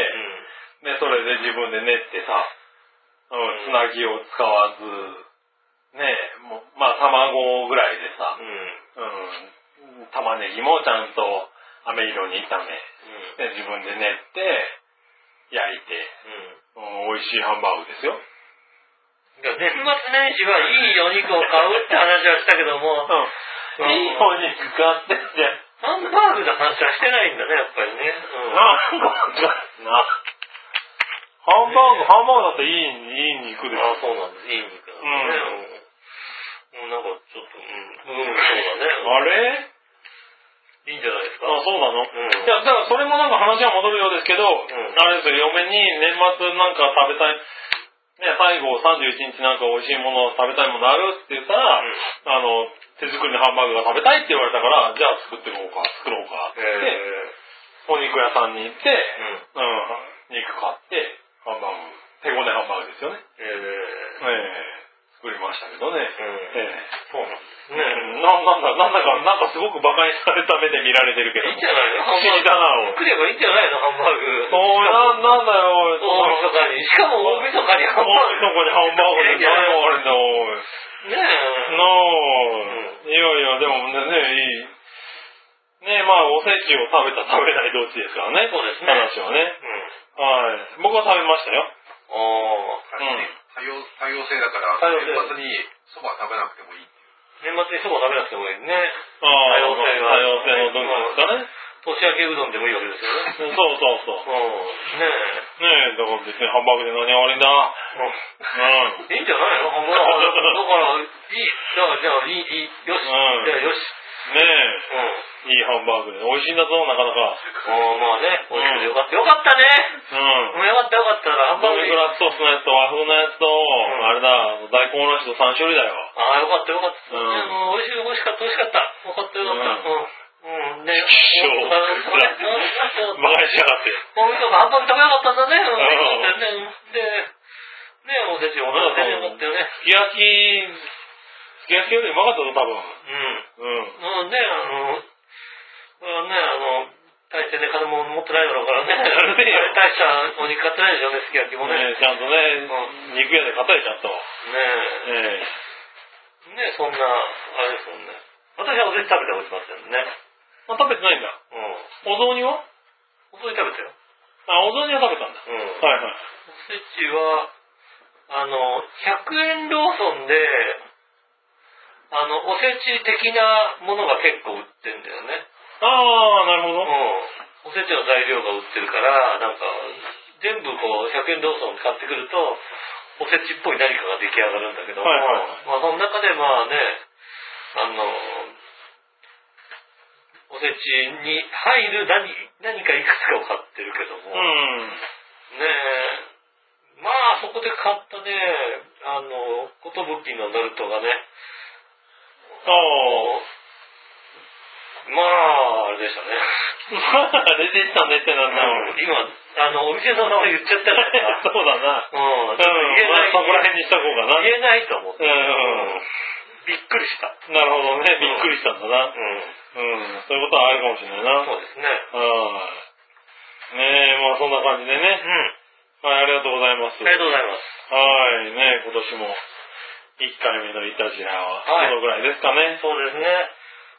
[SPEAKER 2] うん
[SPEAKER 3] で、それで自分で練ってさ、うん、つなぎを使わず、ねもう、まあ卵ぐらいでさ、
[SPEAKER 2] う
[SPEAKER 3] うん、玉ねぎもちゃんと飴色に炒め、
[SPEAKER 2] ん。
[SPEAKER 3] で自分で練って焼いて、うん美味しいハンバーグですよ、う
[SPEAKER 2] 年末年始はいいお肉を買うって話はしたけども、
[SPEAKER 3] ん、いいお肉買ってんじゃん
[SPEAKER 2] ハンバーグの話はしてないんだね、やっぱりね。うん
[SPEAKER 3] ハンバーグなハンバーグハンバーグだっていいいい肉です
[SPEAKER 2] あ
[SPEAKER 3] よ
[SPEAKER 2] そうなんです。いい肉だね。うん。なんかちょっと、うん。うん、そうだね。
[SPEAKER 3] あれ
[SPEAKER 2] いいんじゃないですか。
[SPEAKER 3] あそうなの、
[SPEAKER 2] ん
[SPEAKER 3] いやだからそれもなんか話は戻るようですけど、あれですよ嫁に年末なんか食べたいね、最後31日なんか美味しいものを食べたいものあるって言ったら、
[SPEAKER 2] うん
[SPEAKER 3] あの、手作りのハンバーグが食べたいって言われたから、じゃあ作ってこうか、作ろうかって
[SPEAKER 2] え
[SPEAKER 3] 言って、お肉屋さんに行って、うん、肉買って、ハンバーグ、手ごねハンバーグですよね。
[SPEAKER 2] えー。
[SPEAKER 3] ええ作りまましたけどね。え
[SPEAKER 2] ん
[SPEAKER 3] えそうなんですねえなんなんだ、なんだか、なんかすごく馬鹿にされた目で見られてるけど。
[SPEAKER 2] いいんじゃないの
[SPEAKER 3] 不思議だな、おい。
[SPEAKER 2] 来ればいいんじゃないのハンバーグ。
[SPEAKER 3] おい、な、なんだよ、おい。
[SPEAKER 2] 大晦日に。しかも大晦日にハンバ
[SPEAKER 3] おいどこにハンバーグで何もあるんだ、おい。
[SPEAKER 2] ーグ。ねえ。
[SPEAKER 3] なあ、いやいや、でもね、いい。ねまあ、おせちを食べた、食べないどっちですからね。
[SPEAKER 2] そうですね
[SPEAKER 3] 話はね。はい。
[SPEAKER 2] うん。
[SPEAKER 3] 僕は食べましたよ。
[SPEAKER 2] ああ。
[SPEAKER 3] うん
[SPEAKER 6] 多様多様性だから
[SPEAKER 3] 多様性
[SPEAKER 6] 年末にそば食べなくてもいい
[SPEAKER 2] 年末にそば食べなくてもいいね。
[SPEAKER 3] ああ、
[SPEAKER 2] 多様性が
[SPEAKER 3] 多様性の文化ですかね。
[SPEAKER 2] 年明けうどんでもいいわけですよね。
[SPEAKER 3] そうそうそう
[SPEAKER 2] う。ん。ね
[SPEAKER 3] ねえ、だから別にハンバーグで何が悪いんだ。うん。
[SPEAKER 2] え。いいんじゃないのハンバーグ。だから、いい。じゃあ、じゃあ、いい、いい。よ
[SPEAKER 3] う
[SPEAKER 2] し。
[SPEAKER 3] ん
[SPEAKER 2] じゃあ、よし。
[SPEAKER 3] ね
[SPEAKER 2] うん。
[SPEAKER 3] え、いいハンバーグで。美味しいんだぞ、なかなか。
[SPEAKER 2] ああ、まあね。美味しくてよかった。よかったね。
[SPEAKER 3] うん。
[SPEAKER 2] うんよかったよかった。ハンバ
[SPEAKER 3] ド
[SPEAKER 2] ー
[SPEAKER 3] ミ
[SPEAKER 2] グ
[SPEAKER 3] グ。ラスソースのやつと和風のやつと、
[SPEAKER 2] ん
[SPEAKER 3] あれだ、大根おろしと3種類だよ。
[SPEAKER 2] ああ、よかったよかった。
[SPEAKER 3] うん
[SPEAKER 2] うん、美味しい、美味しかった、美味しかった。よかったよかった。うん。うん。ね、
[SPEAKER 3] しょう
[SPEAKER 2] あのそうねうん
[SPEAKER 3] 馬鹿にしやがって。
[SPEAKER 2] お味噌が半分食べなかったんだね。うん。
[SPEAKER 3] うん
[SPEAKER 2] ね、で、ね、おせちお腹出てよかったよね。
[SPEAKER 3] すき焼き、すき焼きよりうまかったぞ、多分。うん。
[SPEAKER 2] うん。うん、ね、あの、これはね、あの、大抵ね、金も持ってないだろうからね。大したお肉買ってないでしょうね、すき焼きもね。ね
[SPEAKER 3] ねえ、ちゃんとね、肉屋で硬いちゃんと。
[SPEAKER 2] え。
[SPEAKER 3] ええ。
[SPEAKER 2] ねそんな、あれですもんね。私はおせち食べておりませんね。
[SPEAKER 3] あ、食べてないんだ。
[SPEAKER 2] うん。
[SPEAKER 3] お雑煮は
[SPEAKER 2] おせち食べてよ。
[SPEAKER 3] あ、お雑煮は食べたんだ。
[SPEAKER 2] うん。
[SPEAKER 3] はいはい。
[SPEAKER 2] おせちは、あの、100円ローソンで、あの、おせち的なものが結構売ってんだよね。
[SPEAKER 3] ああ、なるほど。
[SPEAKER 2] うん。おせちの材料が売ってるから、なんか、全部こう、100円ローソン買ってくると、おせちっぽい何かが出来上がるんだけど、
[SPEAKER 3] はいはいはい
[SPEAKER 2] まあ、その中でまあね、あの、おせちに入る何、何かいくつかを買ってるけども、
[SPEAKER 3] うん。
[SPEAKER 2] ねえ、まあそこで買ったね、あの、ことぶきのナルトがね、
[SPEAKER 3] ああ。
[SPEAKER 2] まあ、あれでしたね。
[SPEAKER 3] [laughs] 出てきたねってなんだろう。
[SPEAKER 2] 今、あの、お店の名前言っちゃったから
[SPEAKER 3] [laughs] そ
[SPEAKER 2] さ、
[SPEAKER 3] うだな。
[SPEAKER 2] うん、
[SPEAKER 3] うん、まあ
[SPEAKER 2] ちょっと言えない、
[SPEAKER 3] そこら辺にしとこうかな。
[SPEAKER 2] 言えないと思って、
[SPEAKER 3] うん
[SPEAKER 2] うんびっくりした。
[SPEAKER 3] なるほどね。びっくりしたんだな。うん。
[SPEAKER 2] うん、
[SPEAKER 3] そういうことはあるかもしれないな。
[SPEAKER 2] そうですね。
[SPEAKER 3] はい。ねえ、まあそんな感じで
[SPEAKER 2] う
[SPEAKER 3] ね。
[SPEAKER 2] ん、
[SPEAKER 3] はい、ありがとうございます。
[SPEAKER 2] ありがとうございます。
[SPEAKER 3] はい、ね今年も1回目のイタジラは
[SPEAKER 2] はい
[SPEAKER 3] このぐらいですかね。
[SPEAKER 2] そうですね。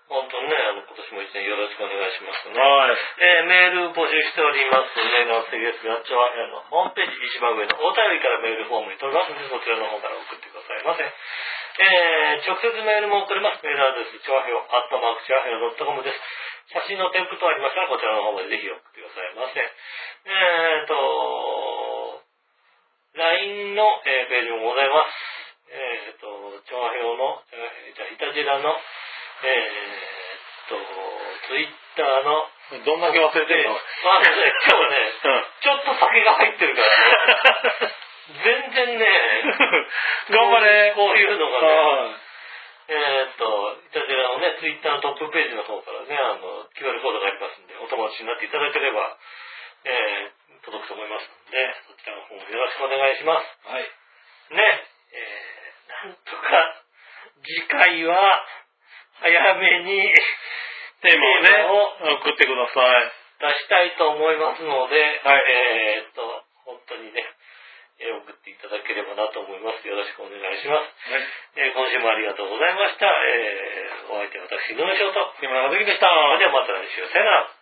[SPEAKER 2] 本当にね、あの、今年も一年よろしくお願いしますね。
[SPEAKER 3] はい。
[SPEAKER 2] えーメール募集しております。メールはセゲスガッチョアヘアのホームページ一番上のお便りからメールフォームに飛びますので、そちらの方から送ってくださいませ。えー直接メールも送れます。メールアドレス、チョアヘオ、アットマークチョアヘオ .com です。写真の添付等ありましたら、こちらの方までぜひ送ってくださいませ。えーと、LINE の、えーページもございます。えーと、チョアヘオの、えーじゃあイタジラの、えーと、ツイッターの、
[SPEAKER 3] どんだけ忘れてるの
[SPEAKER 2] まあね、今日ね、ちょっと酒が入ってるからね。全然ね、
[SPEAKER 3] [laughs] 頑張れ
[SPEAKER 2] こういうのがね、
[SPEAKER 3] はい
[SPEAKER 2] えーっと、イタジラのね、ツイッターのトップページの方からね、あの、QR コードがありますんで、お友達になっていただければ、えー届くと思いますので、そちらの方もよろしくお願いします。
[SPEAKER 3] はい。
[SPEAKER 2] ね、えー、なんとか、次回は、早めに、
[SPEAKER 3] テーマを
[SPEAKER 2] テーマを
[SPEAKER 3] ね、送ってください。
[SPEAKER 2] 出したいと思いますので、
[SPEAKER 3] はい
[SPEAKER 2] えーっと、本当にね、えー送っていただければなと思います。よろしくお願いします。
[SPEAKER 3] はい。
[SPEAKER 2] えー今週もありがとうございました。えーお相手は私、井上翔と。
[SPEAKER 3] 木村和樹でした。
[SPEAKER 2] それではまた来週、さよなら。